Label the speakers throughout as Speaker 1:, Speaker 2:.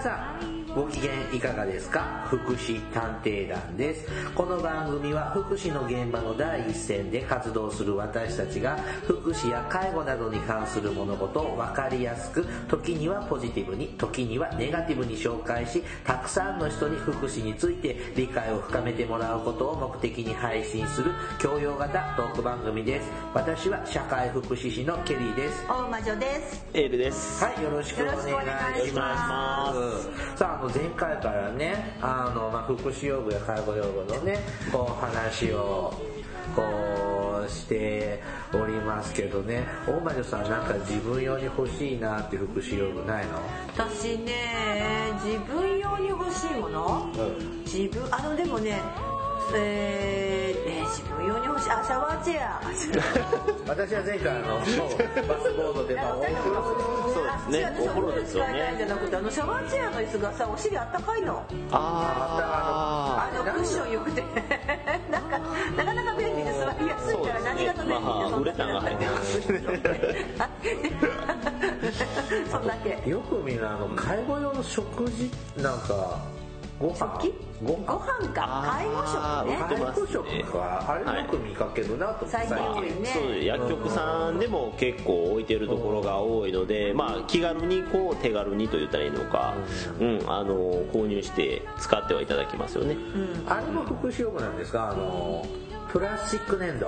Speaker 1: さんご機嫌いかがですか福祉探偵団ですこの番組は福祉の現場の第一線で活動する私たちが福祉や介護などに関する物事を分かりやすく時にはポジティブに時にはネガティブに紹介したくさんの人に福祉について理解を深めてもらうことを目的に配信する教養型トーク番組です私は社会福祉士のケリーです
Speaker 2: 大魔女です
Speaker 3: エールです
Speaker 1: はい、よろしくお願いし
Speaker 2: よろしくお
Speaker 1: ま
Speaker 3: 願
Speaker 1: す。
Speaker 3: い
Speaker 1: さあ、あの前回からね、あのまあ福祉用具や介護用具のね、こう話をこうしておりますけどね、大魔女さんなんか自分用に欲しいなっていう福祉用具ないの？
Speaker 2: 私ね自分用に欲しいもの自分あのでもねえー、ね自分用に欲しいあシャワーチェ ア
Speaker 1: 私は前回あ のバスボードでまあ
Speaker 2: そう
Speaker 3: そうですね
Speaker 2: お風
Speaker 3: お風
Speaker 2: 呂
Speaker 3: 呂
Speaker 2: で
Speaker 3: です
Speaker 2: 使
Speaker 3: よね
Speaker 2: えないんじゃなくてあのシャワーチェアの椅子がさお尻あったかいのあ
Speaker 3: あ
Speaker 2: のクッションよくて なんかなかなか便利で座りやすいから何がために
Speaker 3: まあウレタンが入ってます
Speaker 2: そんだけ
Speaker 1: よくみんなあの介護用の食事なんかご飯
Speaker 2: 食器
Speaker 1: ご
Speaker 2: ご
Speaker 1: 飯
Speaker 2: 飯か介護食ね
Speaker 3: あー
Speaker 1: 介護食かあれよく見かけるなと思って
Speaker 2: はい最近多いね
Speaker 3: そう薬局さんでも結構置いてるところが多いので、まあ、気軽にこう手軽にと言ったらいいのか、うん、あの購入して使ってはいただきますよね、
Speaker 1: あれも福祉用具なんですかあのプラスチック粘土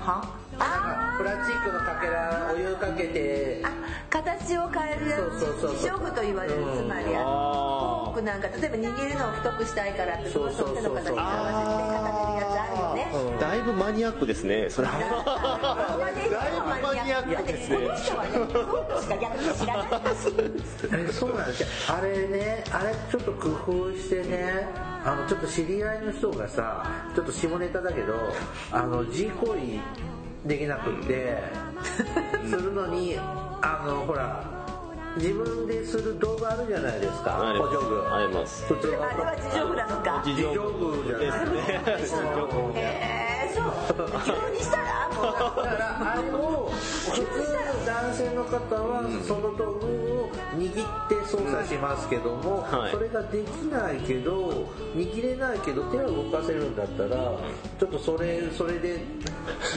Speaker 2: はあ
Speaker 1: プラスチックのかけらお湯かけて
Speaker 2: ーあ形を変えるやつ
Speaker 1: そうそうそう
Speaker 2: 食具と言われる
Speaker 1: うん
Speaker 2: つまりあのフォー
Speaker 3: あ
Speaker 2: クなんか例えば握るのを太くしたいからってそ
Speaker 1: そう
Speaker 2: の
Speaker 1: そうそう
Speaker 2: 手の形に合わせて固めるやつあるよね
Speaker 3: あだいぶマニアックですねそれは
Speaker 2: この人はね、そうとしか逆に知らない。
Speaker 1: えそうなんですよあれねあれちょっと工夫してねあのちょっと知り合いの人がさちょっと下ネタだけどあの G 行為できなく ってするのにあのほら自分でする動画あるじゃないですか
Speaker 3: あり
Speaker 1: 補
Speaker 3: ます
Speaker 1: 助具
Speaker 3: あり
Speaker 1: 普通の
Speaker 2: あれは
Speaker 3: ます
Speaker 2: 自助具なのか。
Speaker 3: 事情
Speaker 1: 具じゃない
Speaker 3: ですね
Speaker 2: ええ、そう。自分にしたら、も
Speaker 1: だからあれを普通の男性の方はその道具を握って操作しますけども、
Speaker 3: はい
Speaker 1: それができないけど握れないけど手を動かせるんだったらちょっとそれそれで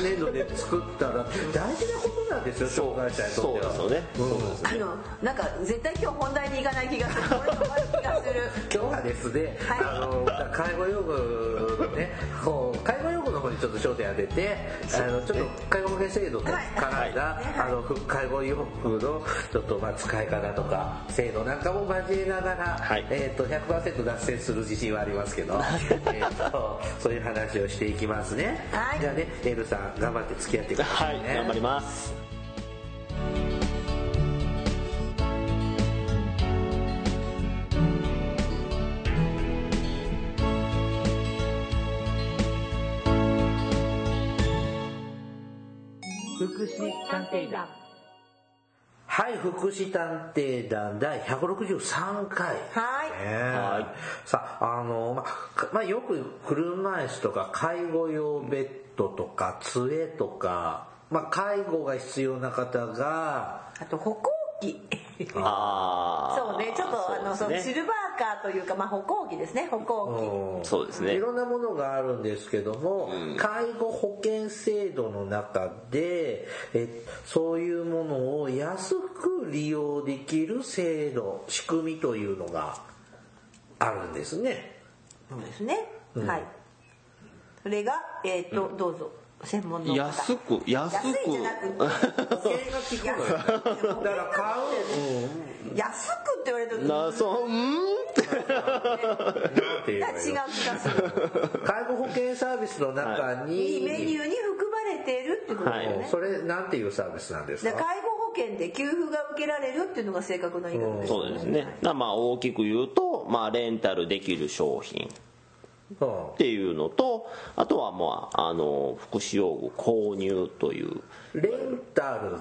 Speaker 1: 粘土で作ったら大事なことなんですよ障害者にと
Speaker 3: そ
Speaker 1: っ
Speaker 3: う
Speaker 1: て
Speaker 3: で
Speaker 1: は
Speaker 3: すよね、そうです
Speaker 2: う、あの、なんか、絶対今日本題に行かない気がする。これ終わる気がする。
Speaker 1: 今日はですね、
Speaker 2: はい
Speaker 1: あの介護用具のねこう介護用具の方にちょっと焦点当ててあのちょっと介護保険制度と絡んだ、
Speaker 2: はいはい
Speaker 1: あのふ介護用具のちょっとまあ使い方とか制度なんかも交えながら、
Speaker 3: はい
Speaker 1: えー、と100%脱線する自信はありますけどえーとそういう話をしていきますね、
Speaker 2: はい
Speaker 1: じゃあねエルさん頑張って付き合ってくださ
Speaker 3: はいい
Speaker 1: ね、
Speaker 3: 頑張ります
Speaker 4: 福祉探偵団
Speaker 1: はい福祉探偵団第163回
Speaker 2: はい。
Speaker 1: ね
Speaker 3: はい
Speaker 1: さあの、まあかまあ、よく車椅子とか介護用ベッドとか杖とか、まあ、介護が必要な方が
Speaker 2: あと、歩行器。
Speaker 3: ああ
Speaker 2: そうね、ちょっと、あの、そ
Speaker 3: そう
Speaker 2: の
Speaker 3: です
Speaker 2: シ
Speaker 3: ね
Speaker 2: ルバーカーというか、まあ、歩行器ですね、歩行
Speaker 1: うん
Speaker 3: そうですね
Speaker 1: いろんなものがあるんですけども、介護保険制度の中でえそういうものを安く利用できる制度仕組みというのがあるんです ね。
Speaker 2: 器。そうですね。はい。それが、えっと、どうぞ。専門の方。
Speaker 3: 安く安
Speaker 2: 安い
Speaker 3: く
Speaker 2: じゃなくて。
Speaker 1: 保険が効くのよ。だから買う、うん、
Speaker 2: 安くって言われると、
Speaker 3: なそううん
Speaker 1: って
Speaker 2: 違
Speaker 1: いうう
Speaker 2: 気がする。
Speaker 1: 介護保険サービスの中
Speaker 2: いいメニ
Speaker 1: に、
Speaker 2: ューに含まれているってことだよ
Speaker 3: は
Speaker 2: ね。
Speaker 1: それなんていうサービスなんです
Speaker 2: で
Speaker 1: か
Speaker 2: 介護保険で給付が受けられるっていうのが正確な言い方です
Speaker 3: そうですねなまあ大きく言うと、まあ、レンタルできる商品
Speaker 1: うん
Speaker 3: っていうのとあとはまああの福祉用具購入という
Speaker 1: レンタル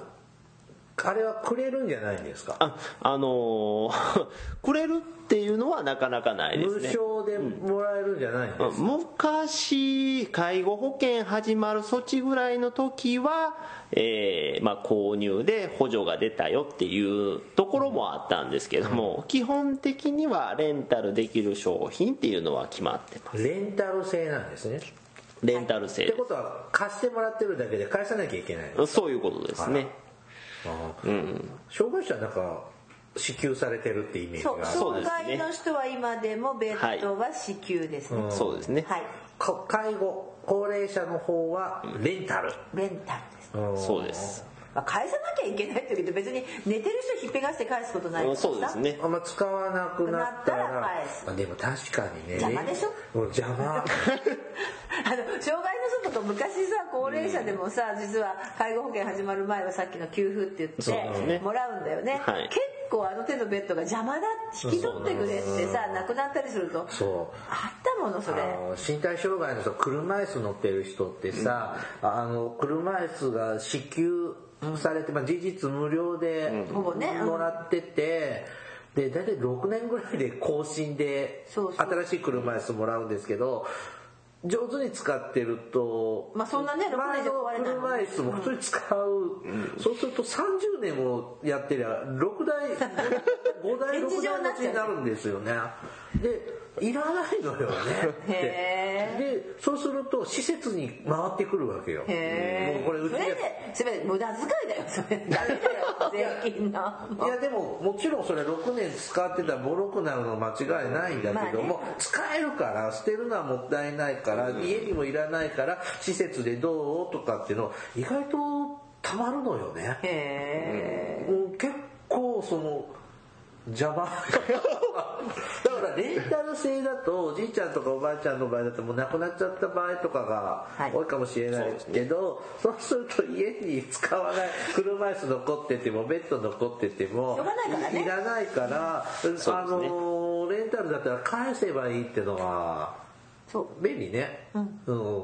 Speaker 1: あれはくれるんじゃないんですか
Speaker 3: ああのーくれるっていうのはなかなかないで
Speaker 1: 無
Speaker 3: すね
Speaker 1: 償保でもらえるんじゃないんですか、
Speaker 3: 昔介護保険始まる措置ぐらいの時は、えーまあ、購入で補助が出たよっていうところもあったんですけども、基本的にはレンタルできる商品っていうのは決まってます
Speaker 1: レンタル制なんですねっ
Speaker 3: レンタル制
Speaker 1: てことは貸してもらってるだけで返さなきゃいけない、
Speaker 3: そういうことですね
Speaker 1: あー障害者なんか支給されてるってイメージ
Speaker 2: そ
Speaker 1: が
Speaker 2: う
Speaker 1: ある
Speaker 3: そう
Speaker 2: 障
Speaker 3: です
Speaker 2: 害
Speaker 3: ね
Speaker 2: の人は今でもベッドは支給ですね
Speaker 1: うん
Speaker 3: そうですね、
Speaker 2: はい、
Speaker 1: こ介護高齢者の方はレンタル、
Speaker 2: レンタルです
Speaker 1: うん
Speaker 3: そうです
Speaker 2: まあ、返さなきゃいけないって言うけど別に寝てる人ひっぺがして返すことないからさ
Speaker 3: そうですね
Speaker 1: あんま使わなくなったら
Speaker 2: なったら返す
Speaker 1: あでも確かにね
Speaker 2: 邪魔でしょ
Speaker 1: もう邪魔
Speaker 2: あの障害の人と昔さ高齢者でもさ実は介護保険始まる前はさっきの給付って言って
Speaker 3: そうですね
Speaker 2: もらうんだよね、
Speaker 3: はい
Speaker 2: 結構あの手のベッドが邪魔だ引き取ってくれってさなくなったりすると
Speaker 1: そう
Speaker 2: あったものそれ
Speaker 1: あの身体障害の人車椅子乗ってる人ってさ、あの車椅子が支給されて、まあ、事実無料で
Speaker 2: ほぼねうん
Speaker 1: もらってて、で大体6年ぐらいで更新で
Speaker 2: そうそう
Speaker 1: 新しい車椅子もらうんですけど上手に使ってると
Speaker 2: まあそんなね6
Speaker 1: 前
Speaker 2: 年で
Speaker 1: の
Speaker 2: 壊れた
Speaker 1: 車椅子も普通に使う、そうすると30年もやってりゃ6台5台6
Speaker 2: 日
Speaker 1: 台
Speaker 2: 常に
Speaker 1: 持
Speaker 2: なっ
Speaker 1: ち
Speaker 2: ちゃう
Speaker 1: になるんですよねでいらないのよねって
Speaker 2: へ
Speaker 1: でそうすると施設に回ってくるわけよ
Speaker 2: へえ
Speaker 1: もうこれうち
Speaker 2: それ
Speaker 1: で
Speaker 2: でそれで無駄遣いだよそれダメだ よ税金の
Speaker 1: いやでももちろんそれ6年使ってたらボロくなるの間違いないんだけども、
Speaker 2: ま
Speaker 1: 使えるから捨てるのはもったいないから、家にもいらないから施設でどうとかっていうの意外とたまるのよね、
Speaker 2: へえ
Speaker 1: うん結構その邪魔 だからレンタル制だとおじいちゃんとかおばあちゃんの場合だともう亡くなっちゃった場合とか
Speaker 2: は
Speaker 1: が
Speaker 2: い
Speaker 1: 多いかもしれないけど、そうすると家に使わない車椅子残っててもベッド残ってても
Speaker 2: しょうがないからね
Speaker 1: いらないから、
Speaker 3: そう
Speaker 1: あ
Speaker 3: ですね
Speaker 1: のレンタルだったら返せばいいってのが
Speaker 2: そう
Speaker 1: 便利ね
Speaker 2: うん、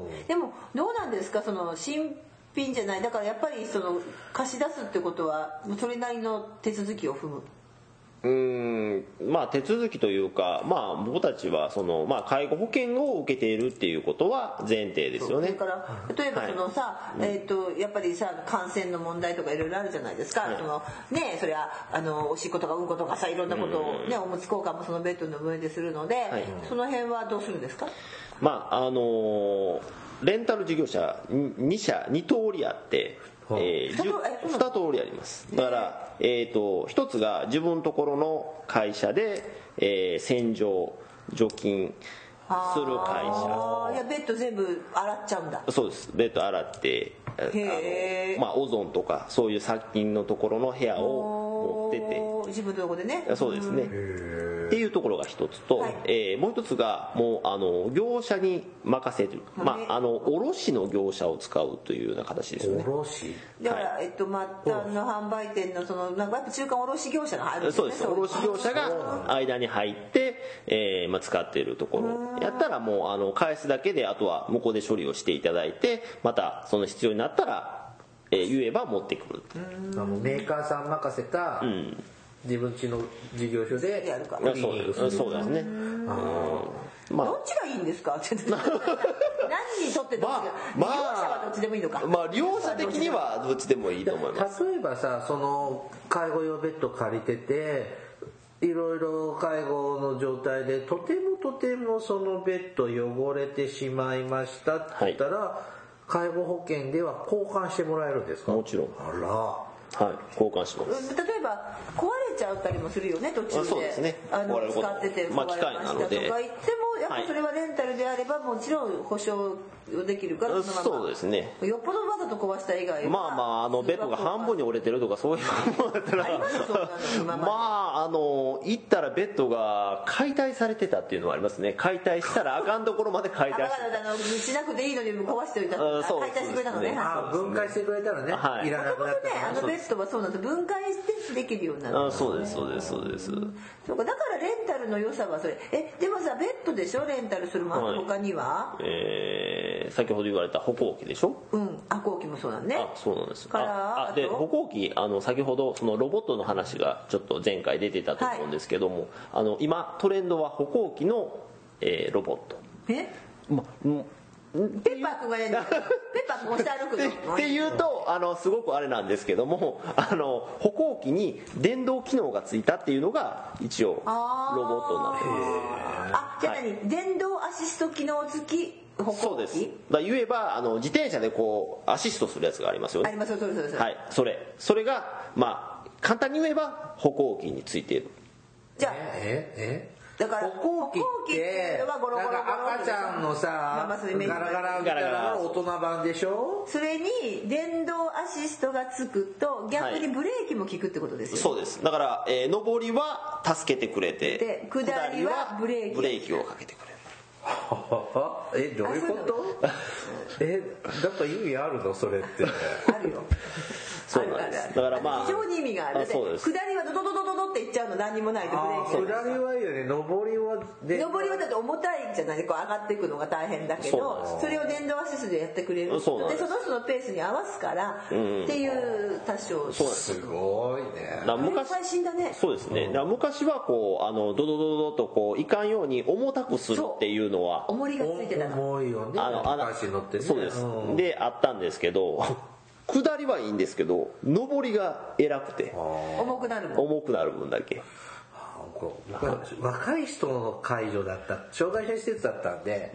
Speaker 1: うん
Speaker 2: でもどうなんですかその新品じゃないだからやっぱりその貸し出すってことはそれなりの手続きを踏む
Speaker 3: うーんまあ手続きというか、まあ、僕たちはその、まあ、介護保険を受けているっていうことは前提です
Speaker 2: そ
Speaker 3: よ
Speaker 2: れ
Speaker 3: ね
Speaker 2: から例えば
Speaker 3: はい
Speaker 2: そのさ、えっとやっぱりさ感染の問題とかいろいろあるじゃないですか、
Speaker 3: はい
Speaker 2: そのねそれはあのおしっことかうんことかさいろんなことを、ね、おむつ交換もそのベッドの上でするので、
Speaker 3: い
Speaker 2: その辺はどうするんですか
Speaker 3: まああのーレンタル事業者2社2通りあって、
Speaker 1: はあ
Speaker 3: え
Speaker 2: 二通えそうな
Speaker 3: 2通りありますだから、えー、と1つが自分のところの会社で、えー洗浄除菌する会社
Speaker 2: あーいやベッド全部洗っちゃうんだ
Speaker 3: そうですベッド洗ってあ
Speaker 2: へー
Speaker 3: の、まあ、オゾンとかそういう殺菌のところの部屋を持ってて
Speaker 2: おー自分のとこでね
Speaker 3: いやそうですね、っていうところが一つと、
Speaker 2: はい
Speaker 3: えーもう一つがもうあの業者に任せる、
Speaker 2: はい
Speaker 3: まあ、あの卸の業者を使うというような形ですよね
Speaker 1: おろし
Speaker 2: だから、えっと、末端の販売店の、その、なんか、やっぱ中間卸業者があるんです
Speaker 3: そう
Speaker 2: ね。
Speaker 3: です
Speaker 2: いの
Speaker 3: 卸業者が間に入って、えーまあ、使っているところやったらもうあの返すだけであとは向こうで処理をしていただいてまたその必要になったら、えー言えば持ってくる
Speaker 1: あのメーカーさん任せた
Speaker 3: ん
Speaker 1: 自分家の事業所で
Speaker 2: やるから
Speaker 1: クリ
Speaker 3: そう
Speaker 1: ーニング
Speaker 3: です
Speaker 1: る
Speaker 3: そうですねま
Speaker 2: どっちがいいんですか って。何にとって どっちが、利用者はどっちでもいいのか。
Speaker 3: まあ利用者的にはどっちでもいいと思います
Speaker 1: 例えばさその介護用ベッド借りてていろいろ介護の状態でとてもとてもそのベッド汚れてしまいましたって言ったら、介護保険では交換してもらえるんですか
Speaker 3: もちろん
Speaker 1: あら
Speaker 3: はい交換します
Speaker 2: うん例えば壊れちゃったりもするよね途中
Speaker 3: あ
Speaker 2: で
Speaker 3: そうですね
Speaker 2: あの
Speaker 3: 壊れること
Speaker 2: 使ってて
Speaker 3: まあ
Speaker 2: 壊れましたとか言っても
Speaker 3: 機械なので
Speaker 2: やっぱそれはレンタルであればもちろん保証できるからのまま
Speaker 3: そうですね
Speaker 2: よっぽどわざと壊した以外は
Speaker 3: まあまああのベッドが半分に折れてるとかそういうものだったら
Speaker 2: ありますよそんなの今まで
Speaker 3: まああの行ったらベッドが解体されてたっていうのはありますね解体したらあかんところまで解
Speaker 2: あ
Speaker 3: 体
Speaker 2: だ
Speaker 3: し
Speaker 2: か
Speaker 3: て
Speaker 2: らあのしなくていいのに壊しておいた
Speaker 3: うんそう
Speaker 2: 解体してくれたのね
Speaker 3: そうですね
Speaker 2: はい
Speaker 1: あ分解してくれたらね、、
Speaker 3: はいい
Speaker 1: らな
Speaker 2: もと
Speaker 1: く
Speaker 2: も
Speaker 1: な
Speaker 2: と
Speaker 1: っ
Speaker 2: ね
Speaker 1: たから
Speaker 2: あのベッドはそうなんです分解してできるようになる
Speaker 3: あそうですそうですそうです
Speaker 2: そうかだからレンタルの良さはそれえでもさベッドでしょレンタルするもん、
Speaker 3: はい
Speaker 2: 他には
Speaker 3: えー先ほど言われた歩行器でしょ
Speaker 2: うんあ後期もそうだね
Speaker 3: あそうなんです
Speaker 2: から
Speaker 3: あ
Speaker 2: あ
Speaker 3: あで
Speaker 2: と
Speaker 3: 歩行器あの先ほどそのロボットの話がちょっと前回出てたと思うんですけども、あの今トレンドは歩行器のえーロボット。
Speaker 2: え
Speaker 3: まうん
Speaker 2: ペッパーくんがね、ペッパーくん押して歩く
Speaker 3: で
Speaker 2: の。
Speaker 3: っていうとあのすごくあれなんですけどもあの歩行器に電動機能がついたっていうのが一応ロボ
Speaker 2: あー
Speaker 3: ットになってます
Speaker 2: あ、じゃあ何、電動アシスト機能付き歩行器
Speaker 3: そうですだから言えばあの自転車でこうアシストするやつがありますよ
Speaker 2: あり
Speaker 3: ね
Speaker 2: ますよ、そうですそうです。
Speaker 3: はいそれそれがまあ簡単に言えば歩行器についている
Speaker 2: じゃあ、
Speaker 1: ええ
Speaker 2: だから
Speaker 1: 歩行機
Speaker 2: 歩行
Speaker 1: っ
Speaker 2: 機ってい
Speaker 1: て
Speaker 2: うのはゴロゴロゴロ
Speaker 1: なんか赤ちゃんのさ
Speaker 2: まあまあそれイメージ
Speaker 1: ガラガラみたいなの大人版でしょ
Speaker 2: それに電動アシストがつくと逆にブレーキも効くってことですよ、ね
Speaker 3: そうですだから、えー上りは助けてくれて
Speaker 2: で下りはブレーキ
Speaker 3: ブレーキをかけてくれる
Speaker 1: えどういうことえだったら意味あるのそれって
Speaker 2: あるよ
Speaker 3: そうなんで
Speaker 2: あるあ
Speaker 3: す
Speaker 2: る
Speaker 3: だからまあ
Speaker 2: 非常に意味がある
Speaker 3: あそうです
Speaker 2: 下りはドドドドドドっていっちゃうの何にもないとブレーキ
Speaker 1: 下
Speaker 2: がない
Speaker 1: りはいいよね上りはで
Speaker 2: 上りはだって重たいんじゃないこう上がっていくのが大変だけ
Speaker 3: そうなんです
Speaker 2: どそれを電動アシストでやってくれる
Speaker 3: そうなんです
Speaker 2: その人のペースに合わすから、
Speaker 3: ん
Speaker 2: っていう多少
Speaker 3: そうなんです
Speaker 1: すごい
Speaker 3: だ
Speaker 1: ね
Speaker 3: から昔
Speaker 2: 最新だね
Speaker 3: そうですね、だから昔はこうあのドドドドドとこういかんように重たくするっていうのは
Speaker 2: 重りがついてたの
Speaker 1: 重いよね
Speaker 3: あのあの
Speaker 1: 昔乗ってね
Speaker 3: そうです、
Speaker 1: ん
Speaker 3: であったんですけど下りはいいんですけど上りが偉くて
Speaker 2: 重くなるもん
Speaker 3: 重くなる分だけ
Speaker 1: こう僕は若い人の介助だった障害者施設だったんで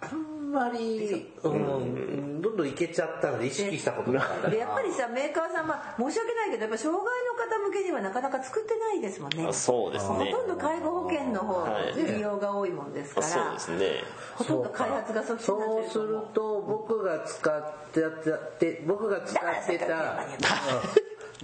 Speaker 1: あんまり、うん、どんどん行けちゃったので意識したことなかった
Speaker 2: でやっぱりさメーカーさんは申し訳ないけどやっぱ障害の方向けにはなかなか作ってないですもんね
Speaker 3: あそうですね
Speaker 2: ほとんど介護保険の方
Speaker 3: はい
Speaker 2: の利用が多いもんですか
Speaker 3: あ
Speaker 2: ら、
Speaker 3: そうですね
Speaker 2: ほとんど開発がそっちになって
Speaker 1: そう
Speaker 2: る
Speaker 1: す
Speaker 2: と
Speaker 1: る
Speaker 2: 思う
Speaker 1: と僕が使ってやって僕が使って
Speaker 2: だから
Speaker 1: た
Speaker 2: だから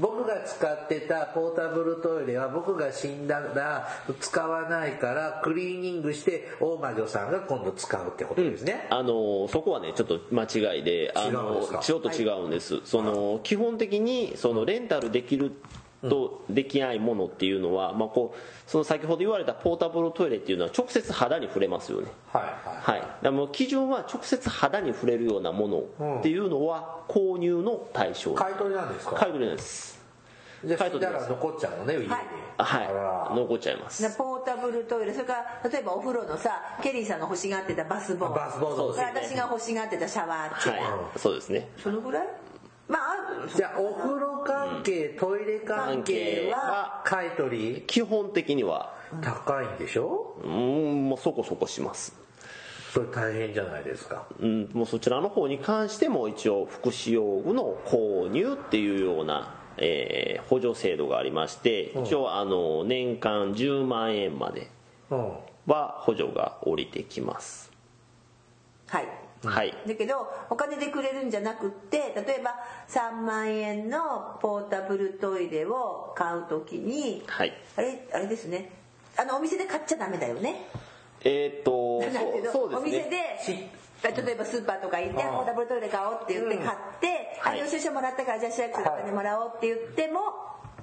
Speaker 1: 僕が使ってたポータブルトイレは僕が死んだら使わないからクリーニングして大魔女さんが今度使うってことですね、
Speaker 3: あのそこはねちょっと間違いであ
Speaker 1: 違うんで
Speaker 3: の
Speaker 1: すか
Speaker 3: ちょっと違うんです、その基本的にそのレンタルできるとできないものっていうのは、まあ、こうその先ほど言われたポータブルトイレっていうのは直接肌に触れますよね
Speaker 1: はいは
Speaker 3: はい、だからもう基準は直接肌に触れるようなものっていうのは購入の対象、
Speaker 1: い買い取りなんですか
Speaker 3: 買い取りなんです
Speaker 1: じゃあ
Speaker 3: 買
Speaker 1: 死
Speaker 3: い取
Speaker 1: ん
Speaker 3: って
Speaker 1: だ
Speaker 3: くださ
Speaker 1: ら
Speaker 3: い
Speaker 1: 残っちゃうのね家に、
Speaker 2: はい
Speaker 3: はい
Speaker 1: あら
Speaker 3: 残っちゃいます
Speaker 2: なポータブルトイレそれから例えばお風呂のさケリーさんが欲しがってたバスボーン
Speaker 1: バスボーン
Speaker 2: そ
Speaker 1: そううですね
Speaker 2: 私が欲しがってたシャワーチェア、
Speaker 3: はいそうですね
Speaker 2: そのぐらいまあある
Speaker 1: じゃあお風呂関係、トイレ関係は買い取り
Speaker 3: 基本的には
Speaker 1: 高いんでしょ
Speaker 3: うんもうそこそこします
Speaker 1: それ大変じゃないですか
Speaker 3: うんもうそちらの方に関しても一応福祉用具の購入っていうような、えー補助制度がありまして一応あの年間10万円まで
Speaker 1: うん
Speaker 3: は補助が降りてきます、
Speaker 2: はい
Speaker 3: はい
Speaker 2: だけどお金でくれるんじゃなくって例えば3万円のポータブルトイレを買うときに、
Speaker 3: はい
Speaker 2: あれあれですねあのお店で買っちゃダメだよね
Speaker 3: えーっと
Speaker 2: だけど
Speaker 3: そうそうですね
Speaker 2: お店で例えばスーパーとか行ってあポータブルトイレ買おうって言って買って、
Speaker 3: は
Speaker 2: あ
Speaker 3: い
Speaker 2: 領収書もらったからじゃあ市役所でお金もらおうって言っても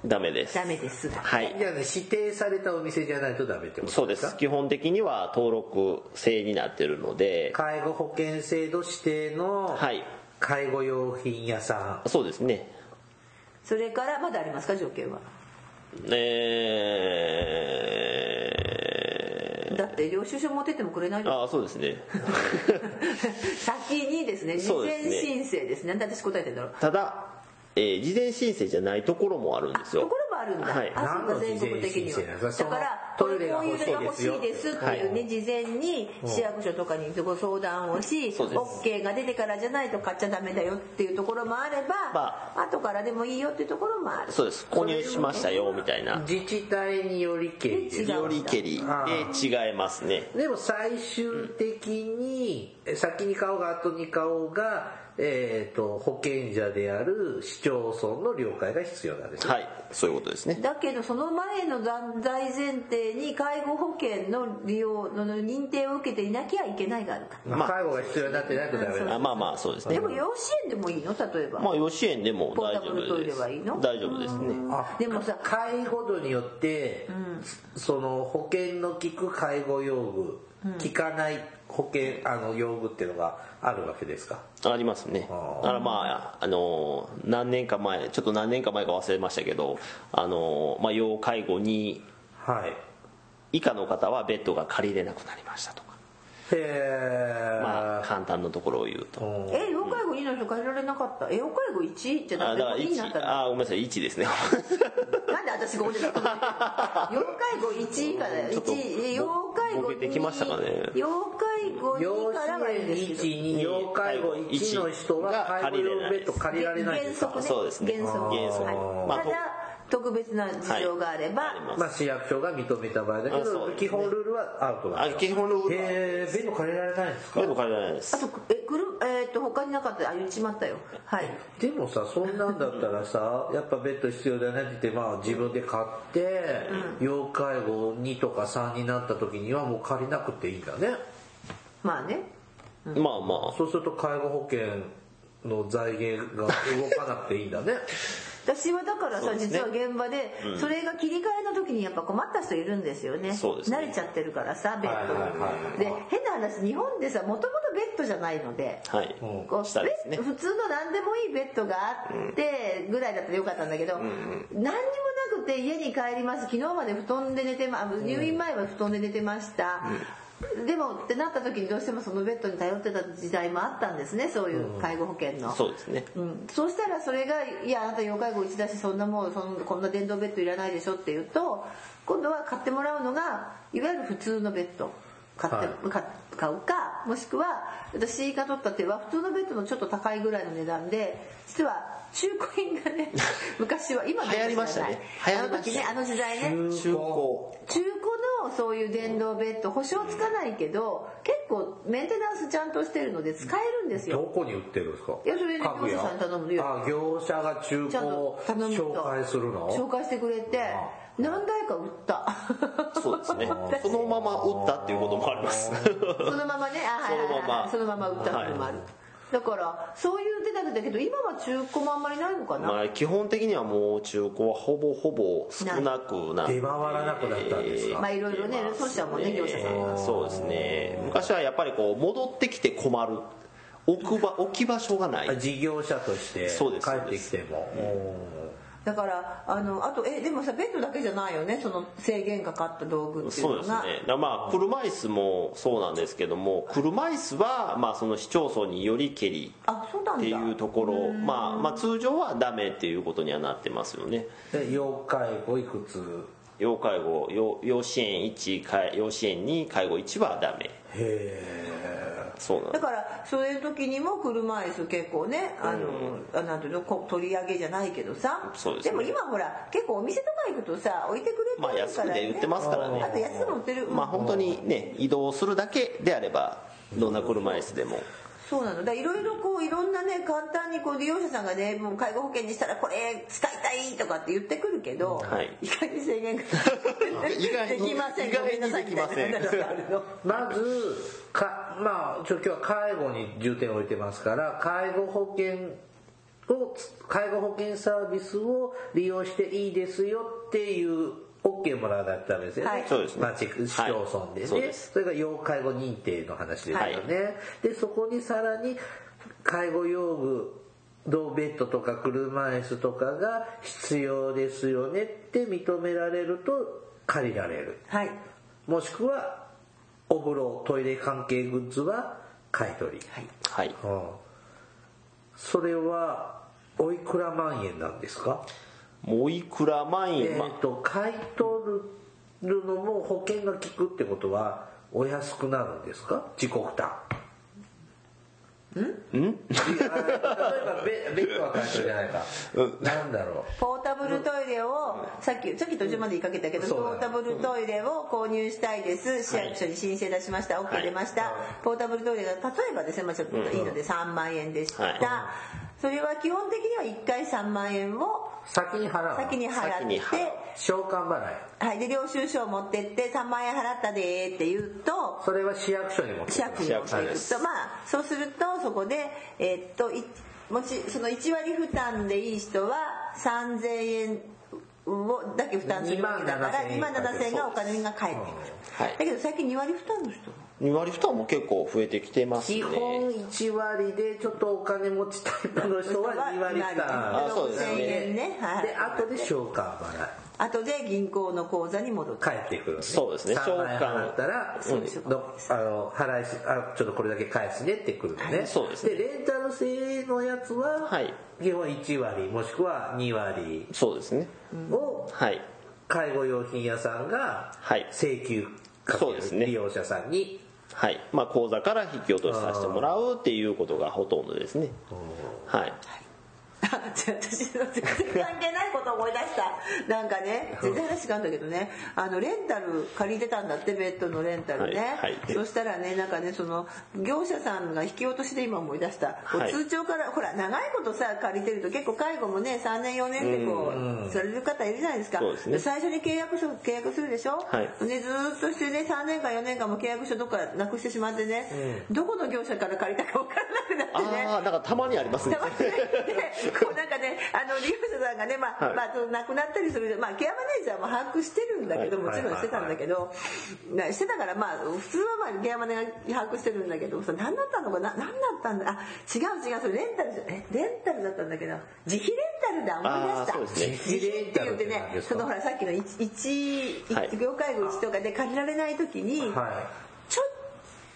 Speaker 3: ダメです
Speaker 2: ダメです
Speaker 3: はい
Speaker 1: じゃあね指定されたお店じゃないとダメってこ
Speaker 3: そ
Speaker 1: と
Speaker 3: うで
Speaker 1: ですか
Speaker 3: す基本的には登録制になってるので
Speaker 1: 介護保険制度指定の
Speaker 3: はい
Speaker 1: 介護用品屋さ
Speaker 3: そうですね
Speaker 2: それからまだありますか条件は
Speaker 3: え
Speaker 2: だって領収書持ってってもくれない
Speaker 3: ー、ああそうですね
Speaker 2: 先にですね事
Speaker 3: そうです
Speaker 2: 前
Speaker 3: ね
Speaker 2: 申請ですねなんで私答えてんだろう
Speaker 3: ただ、えー事前申請じゃないところもあるんですよ
Speaker 2: ところもあるんだ、
Speaker 3: はい
Speaker 2: あそうか
Speaker 1: 何の
Speaker 2: 全国的に
Speaker 1: 事前申請なんで
Speaker 2: は
Speaker 1: す
Speaker 2: だ
Speaker 1: か
Speaker 2: から
Speaker 1: そのトイレが欲しいですよ
Speaker 2: こういうのが欲しいですっていうね、事前に市役所とかにご相談をし
Speaker 3: そうです
Speaker 2: OK が出てからじゃないと買っちゃダメだよっていうところもあれば、
Speaker 3: ま
Speaker 2: 後からでもいいよっていうところもある
Speaker 3: そうです購入しましたよみたい
Speaker 1: ん
Speaker 3: な
Speaker 1: 自治体によりけりです
Speaker 2: 違う
Speaker 3: よりけり
Speaker 1: あ
Speaker 3: で違いますね
Speaker 1: でも最終的にえ先に買おうが後に買おうが、えー、と保険者である市町村の了解が必要なんですね
Speaker 3: はいそういうことですね
Speaker 2: だけどその前の大大前提に介護保険の利用の認定を受けていなきゃいけないがあるか
Speaker 1: まあ介護が必要になってなくダメ
Speaker 3: あ
Speaker 1: だ
Speaker 3: まあまあそうですね
Speaker 2: でも養子縁でもいいの例えば、
Speaker 3: まあ養子園でも大丈夫
Speaker 2: ポータブルトイ
Speaker 3: で
Speaker 2: レ
Speaker 3: す
Speaker 2: はいいの
Speaker 3: 大丈夫ですね
Speaker 1: あ
Speaker 2: でもさ
Speaker 1: 介護度によって、その保険の効く介護用具効かない保険あの用具っていうのがあるわけですか
Speaker 3: ありますね
Speaker 1: あー
Speaker 3: だからまああのー何年か前ちょっと何年か前か忘れましたけどあのー、まあ、要介護に
Speaker 1: はい
Speaker 3: 以下の方はベッドが借りれなくなりましたとか、
Speaker 1: へえ、
Speaker 3: まあ、簡単なところを言うと。
Speaker 1: うん
Speaker 2: え要介護2の人変えられなかったえ要介護1じゃな
Speaker 3: あ
Speaker 2: く
Speaker 3: だ
Speaker 2: て
Speaker 3: から
Speaker 2: 2になった
Speaker 3: 1
Speaker 2: の
Speaker 3: あごめんなさい1ですね
Speaker 2: なんで私が俺だと思ってたの要介護1以下だよ
Speaker 3: ちょっと
Speaker 2: 1え要介護
Speaker 3: ボケてきましたかね
Speaker 2: 2要介護
Speaker 1: 要
Speaker 2: 2からはいいんですけど
Speaker 1: 介護介護1の人は介護用ベッド借りられないんですか
Speaker 2: 原則ね
Speaker 3: そうですね
Speaker 2: 原則
Speaker 3: 原則
Speaker 2: はい
Speaker 3: まあ
Speaker 2: ただ特別な事情があれば、
Speaker 3: はいあります
Speaker 1: まあ、市役所が認めた場合だけ
Speaker 3: あそ
Speaker 1: ど、
Speaker 3: うですね
Speaker 1: 基本ルールはアウトな
Speaker 3: あ
Speaker 1: んです
Speaker 3: 基本ルールは
Speaker 1: へえベッド借りられないんですか
Speaker 3: ベッド借りられないで
Speaker 2: あ
Speaker 3: す
Speaker 2: とえくるえっと他になかったあ言っちまったよはい
Speaker 1: でもさそんなんだったらさやっぱベッド必要だよねって言って、まあ、自分で買って、要介護2とか3になった時にはもう借りなくていいんだね
Speaker 2: まあね
Speaker 3: まあま
Speaker 1: そうすると介護保険の財源が動かなくていいんだ ね
Speaker 2: 私はだから
Speaker 3: そ
Speaker 2: さ、
Speaker 3: うです
Speaker 2: 実
Speaker 3: ね
Speaker 2: は現場でそれが切り替えの時にやっぱ困った人いるんですよね
Speaker 3: そうですね
Speaker 2: 慣れちゃってるからさベッドに、
Speaker 1: はいはいはい
Speaker 2: で変な話日本でさもともとベッドじゃないので
Speaker 3: あはい、
Speaker 1: うん
Speaker 2: こう
Speaker 3: 下ですね
Speaker 2: ベッド普通の何でもいいベッドがあってぐらいだったらよかったんだけど、何にもなくて家に帰ります昨日まで布団で寝てまあ入院前は布団で寝てました、でもってなった時にどうしてもそのベッドに頼ってた時代もあったんですねそういう介護保険の、
Speaker 3: そうですね
Speaker 2: うん、そうしたらそれが「いやあなた要介護1だしそんなもうそんこんな電動ベッドいらないでしょ」って言うと今度は買ってもらうのがいわゆる普通のベッド買って、
Speaker 1: は
Speaker 2: か買うかもしくは私が取った手は普通のベッドのちょっと高いぐらいの値段で実は中古品が ね昔は今どうか知らない
Speaker 3: 流行りましたね流行
Speaker 2: あの
Speaker 3: りま
Speaker 2: 時
Speaker 3: した
Speaker 2: ね
Speaker 3: ね
Speaker 2: あの時代ね
Speaker 3: 中古
Speaker 2: 中古のそういう電動ベッド保証つかないけど結構メンテナンスちゃんとしてるので使えるんですよ
Speaker 1: どこに売ってるんですか
Speaker 2: いやそれね
Speaker 1: 各
Speaker 2: 業者さんに頼むよ
Speaker 1: あ業者が中
Speaker 2: ちゃ
Speaker 1: 古
Speaker 2: ん
Speaker 1: を
Speaker 2: と頼むと
Speaker 1: 紹介する
Speaker 2: 紹
Speaker 1: の
Speaker 2: 介してくれて何台か売った
Speaker 3: そうですね
Speaker 2: 私
Speaker 3: そのまま打ったっていうこともあります
Speaker 2: そのままねあはいはいはいはいその
Speaker 3: そ
Speaker 2: ま
Speaker 3: のま
Speaker 2: ま
Speaker 3: ま
Speaker 2: 売ったのもある、だからそういう手立てだけど今は中古もあんまりないのかな、
Speaker 3: まあ基本的にはもう中古はほぼほぼ少なくなって
Speaker 1: 出回らなくなったんですか
Speaker 2: まあいろいろね当社もね業者さんが
Speaker 3: そうですね昔はやっぱりこう戻ってきて困る置く場置き場所がない
Speaker 1: あ事業者として
Speaker 3: そうです
Speaker 1: 帰ってきても
Speaker 2: だからあのあとえでもさベッドだけじゃないよねその制限かかった道具ってい
Speaker 3: そうう
Speaker 2: の
Speaker 3: ですね
Speaker 2: が
Speaker 3: だからまあ車椅子もそうなんですけども車椅子はまあその市町村によりけり
Speaker 2: あそうなん
Speaker 3: っ
Speaker 2: だ
Speaker 3: ていうところまあまあ通常はダメっていうことにはなってますよね
Speaker 1: うんで要介護いくつ
Speaker 3: 要介護要要支援1介要支援2介護1はダメ
Speaker 1: へ
Speaker 3: そうなんで
Speaker 2: だ
Speaker 3: す
Speaker 2: からそういう時にも車椅子結構ねあの、あなんていうのこう取り上げじゃないけどさ
Speaker 3: そうですね
Speaker 2: も今ほら結構お店とか行くとさ置いてくれ
Speaker 3: まあ
Speaker 2: てる
Speaker 3: 安
Speaker 2: か
Speaker 3: く
Speaker 2: ら、ね
Speaker 3: ね売ってますからね
Speaker 2: あと安くも売ってる、
Speaker 3: まあ本当にね移動するだけであればどんな車椅子でも
Speaker 2: そうなのだいろいろこういろんなね簡単にこう利用者さんがねもう介護保険にしたらこれ使いたいとかって言ってくるけど、
Speaker 3: はい
Speaker 2: 意外に制限 が意
Speaker 3: 外に
Speaker 2: できません
Speaker 3: 意外
Speaker 2: ごめ
Speaker 3: に
Speaker 2: んなさい
Speaker 3: できません
Speaker 2: みたいな話があるの
Speaker 1: えまずかまあちょ今日は介護に重点を置いてますから介護保険を介護保険サービスを利用していいですよっていう OK もらわないとダメですよね、
Speaker 2: はい
Speaker 3: そうですね
Speaker 1: 町市町村でね、
Speaker 3: そうです
Speaker 1: それが要介護認定の話ですよね、
Speaker 3: はい
Speaker 1: でそこにさらに介護用具同ベッドとか車椅子とかが必要ですよねって認められると借りられる
Speaker 2: はい
Speaker 1: もしくはお風呂トイレ関係グッズは買い取り、
Speaker 3: はい
Speaker 1: うんそれはおいくら万円なんですか、
Speaker 3: もういくら万
Speaker 1: えっ、
Speaker 3: 円まあ
Speaker 1: と買い取るのも保険が効くってことはお安くなるんですか自己負担んん例えばベベッドは買い取りじゃないか、なんだろ
Speaker 2: ポータブルトイレをさっきさっき途中まで言いかけたけど
Speaker 1: そ
Speaker 2: ポ
Speaker 1: うだ
Speaker 2: ータブルトイレを購入したいです市役所に申請出しました
Speaker 3: は
Speaker 2: OK
Speaker 3: い
Speaker 2: 出ましたポータブルトイレが例えばですねまあちょっといいので3万円でしたそれは基本的には1回3万円を
Speaker 1: う先に払うの
Speaker 2: 先に払
Speaker 3: 先
Speaker 2: っ
Speaker 3: に払う
Speaker 2: て
Speaker 1: 償還払い
Speaker 2: はいで領収書を持ってって3万円払ったでーって言うと
Speaker 1: それは市役所に持って
Speaker 2: 市
Speaker 1: くる
Speaker 2: 役所に持っていくとまあそうするとそこでえーっといもしその1割負担でいい人は3000円をだけ負担するわけだから2
Speaker 1: 27,000円
Speaker 2: 万7000円がお金が返ってくる、
Speaker 3: はい
Speaker 2: だけど最近2割負担の人も
Speaker 3: 2割負担も結構増えてきてますね
Speaker 1: 基本1割でちょっとお金持ちタイプの人は2割負
Speaker 3: あ
Speaker 1: 担
Speaker 3: そうですね
Speaker 2: 6000円ねはい
Speaker 1: で後で消化払い
Speaker 2: 後で銀行の口座に戻って
Speaker 1: 帰ってくる、ね、
Speaker 3: そうですね
Speaker 1: 3万円払ったら、
Speaker 2: そううんですよ
Speaker 1: のあの払いしあちょっとこれだけ返すねってくるのね、
Speaker 3: はいそうですね
Speaker 1: でレンタル制のやつは、
Speaker 3: はい
Speaker 1: 基本1割もしくは2割
Speaker 3: そうですね
Speaker 1: を
Speaker 3: はい
Speaker 1: 介護用品屋さんが
Speaker 3: はい
Speaker 1: 請求かけ
Speaker 3: そう
Speaker 1: る
Speaker 3: ですね
Speaker 1: 利用者さんに
Speaker 3: はいまあ口座から引き落としさせてもらうっていうことがほとんどですねはい
Speaker 2: あじゃあ私の全然関係ないこと思い出したなんかね全然話違うんだけどねあのレンタル借りてたんだってベッドのレンタルね、
Speaker 3: はいはい
Speaker 2: そしたらねなんかねその業者さんが引き落としで今思い出した、こう
Speaker 3: はい
Speaker 2: 通帳からほら長いことさ借りてると結構介護もね3年4年ってこうされる方いるじゃないですか
Speaker 3: そうですね
Speaker 2: 最初に契約書契約するでしょ、
Speaker 3: はい
Speaker 2: でずーっとしてね3年間4年間も契約書どっかなくしてしまってね、どこの業者から借りたか分からなくなってね
Speaker 3: ああなんかたまにありますね
Speaker 2: 黙ってないでこうなんかねあの利用者さんがね、まあ
Speaker 3: はい
Speaker 2: まあ、その亡くなったりする、まあ、ケアマネージャーも把握してるんだけど、
Speaker 1: はい
Speaker 2: もちろんしてたんだけど、なしてたから、まあ、普通は、まあ、ケアマネが把握してるんだけどさ何だったのかな何だったんだあ違う違うそれレンタルじゃえレンタルだったんだけど自費レンタルだ思い出した
Speaker 3: あーそうですね
Speaker 2: 自費
Speaker 1: 自費レン
Speaker 2: って言って
Speaker 1: タルって何
Speaker 2: ね
Speaker 1: ですか
Speaker 2: そのほらさっきの一一
Speaker 3: はい
Speaker 2: 一業界口とかで借りられない時に、
Speaker 1: は
Speaker 2: ちょっ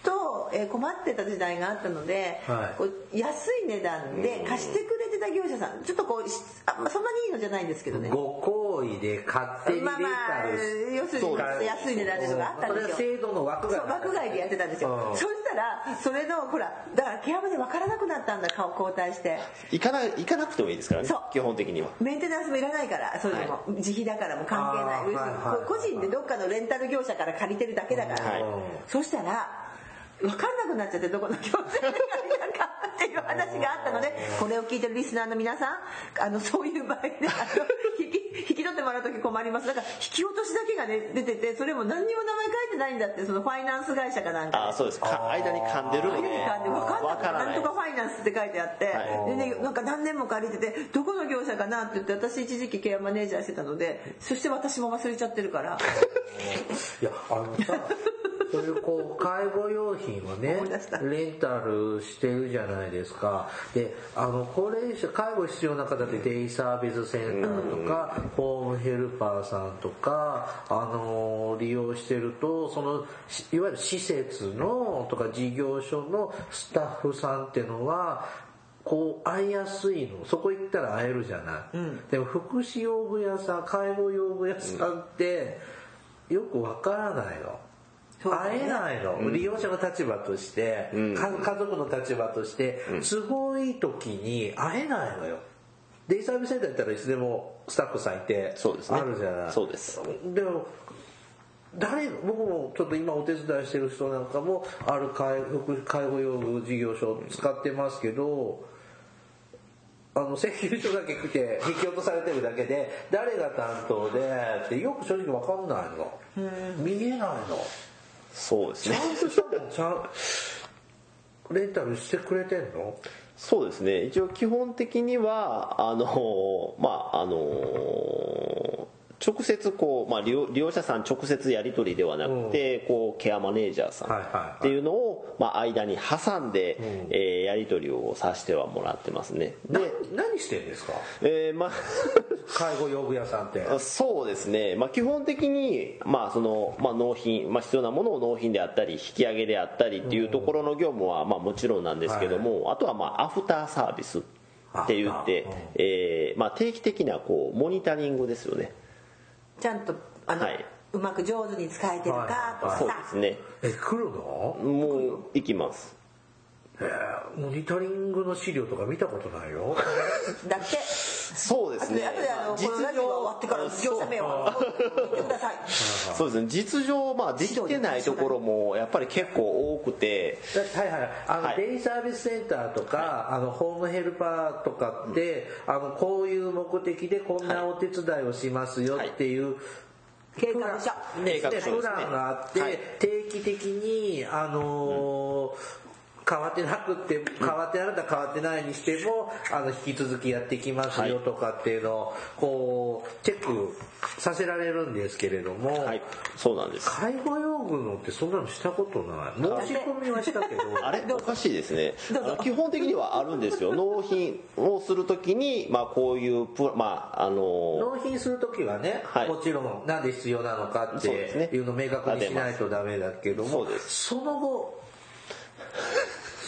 Speaker 2: とえー困ってた時代があったので、
Speaker 1: はい
Speaker 2: こう安い値段で貸してくれてた業者さんちょっとこうしあまあそんなにいいのじゃないんですけど
Speaker 1: い
Speaker 2: ね
Speaker 1: ご好意で勝手にレン
Speaker 2: まあま
Speaker 1: タ
Speaker 2: あ
Speaker 1: ルし
Speaker 2: 要するにちょっと安い値段っていうのがあったん
Speaker 1: そ
Speaker 2: で
Speaker 1: れは
Speaker 2: すよ
Speaker 1: 制度の枠
Speaker 2: そ
Speaker 1: が
Speaker 2: う枠外でやってたんですよ、
Speaker 1: うん
Speaker 2: そしたらそれのほらだからケアマで分からなくなったんだ顔交代して
Speaker 3: 行かな行かなくてもいいですからね
Speaker 2: そう
Speaker 3: 基本的には
Speaker 2: メンテナンスもいらないからそういうのも、自費だからもう関係な
Speaker 1: あ
Speaker 2: い
Speaker 1: ー
Speaker 2: 要するに
Speaker 1: はいはいはい
Speaker 2: 個人でどっかのレンタル業者から借りてるだけだから、
Speaker 3: はい
Speaker 2: そしたら分かんなくなっちゃってどこの業者が借りたかっていう話があったのでこれを聞いてるリスナーの皆さんあのそういう場合で、ね、あの引き引き取ってもらう時困りますだから引き落としだけが、ね、出ててそれも何にも名前書いてないんだってそのファイナンス会社かなんか
Speaker 3: ああそうですか間に噛んでるの
Speaker 2: 家
Speaker 3: で
Speaker 2: にかんで分かんな
Speaker 3: わ
Speaker 2: く
Speaker 3: か
Speaker 2: て
Speaker 3: ら
Speaker 2: な
Speaker 3: なんい
Speaker 2: とかファイナンスって書いてあって、
Speaker 3: は
Speaker 2: でねなんか何年も借りててどこの業者かなって言って私一時期ケアマネージャーしてたのでそして私も忘れちゃってるから
Speaker 1: いやあのさそういうこう介護用品をね
Speaker 2: 思い出した
Speaker 1: レンタルしてるじゃないですかであの高齢者介護必要な方ってデイサービスセンターとか、ホームヘルパーさんとかあの利用してるとそのしいわゆる施設のとか事業所のスタッフさんっていうのはこう会いやすいのそこ行ったら会えるじゃない、でも福祉用具屋さん介護用具屋さんって、よくわからないの。
Speaker 2: そうだ
Speaker 1: 会
Speaker 2: ね
Speaker 1: えないの、利用者の立場として、か家族の立場として、都合いい時に会えないのよデイサービスセンターだったらいつでもスタッフさんいて
Speaker 3: そうですね
Speaker 1: あるじゃない
Speaker 3: そうです
Speaker 1: でも誰僕もちょっと今お手伝いしてる人なんかもある介護介護用具事業所を使ってますけどあの請求書だけ来て引き落とされてるだけで誰が担当でってよく正直分かんないの見えないの
Speaker 3: そうです
Speaker 1: ち
Speaker 3: ね
Speaker 1: ゃんとしたのちゃんレンタルしてくれてんの
Speaker 3: そうですね一応基本的にはあのまああの直接こう、まあ、利用利用者さん直接やり取りではなくて、こうケアマネージャーさ
Speaker 1: はいはいはい
Speaker 3: んっていうのを、まあ、間に挟んで、えーやり取りをさせてはもらってますね
Speaker 1: な
Speaker 3: で、
Speaker 1: 何してんですか
Speaker 3: えーまあ
Speaker 1: 介護用具屋さんって
Speaker 3: あそうですね、まあ、基本的に、まあそのまあ、納品、まあ、必要なものを納品であったり引き上げであったりっていうところの業務は、まあ、もちろんなんですけども、あとは、まあ、アフターサービスって言って
Speaker 1: ああ、
Speaker 3: えーまあ、定期的なこうモニタリングですよね
Speaker 2: ちゃんとあの、
Speaker 3: はいう
Speaker 2: まく上手に使えてるかとかさ、
Speaker 3: そうですね
Speaker 1: え来るの
Speaker 3: もう行きます
Speaker 1: えーモニタリングの資料とか見たことないよ
Speaker 2: だって
Speaker 3: そうで
Speaker 2: あ
Speaker 3: す
Speaker 2: と
Speaker 3: ね
Speaker 2: であとであのこのラジオが終わってから業者名を言ってください
Speaker 3: そうですね実情、まあ、できてないところもやっぱり結構多くて
Speaker 1: だはいはいあの、
Speaker 3: はい
Speaker 1: デイサービスセンターとか、あのホームヘルパーとかって、あのこういう目的でこんなお手伝いをしますよっていう、
Speaker 2: 計画書
Speaker 1: ね
Speaker 3: 計画書ですね
Speaker 1: プランがあって、
Speaker 3: はい
Speaker 1: 定期的にあのー変わってなくって、変わってあなた変わってないにしても、あの、引き続きやってきますよとかっていうのを、こう、チェックさせられるんですけれども、
Speaker 3: はい、そうなんです。
Speaker 1: 介護用具のってそんなのしたことない。申し込みはした けど、
Speaker 3: あれおかしいですね。あの基本的にはあるんですよ。納品をするときに、まあこういうプラ、まああの、
Speaker 1: 納品するときはね、
Speaker 3: はい
Speaker 1: もちろんなんで必要なのかって
Speaker 3: そうですね
Speaker 1: いうのを明確にしないとダメだけど
Speaker 3: そ
Speaker 1: も
Speaker 3: うで、す
Speaker 1: その後、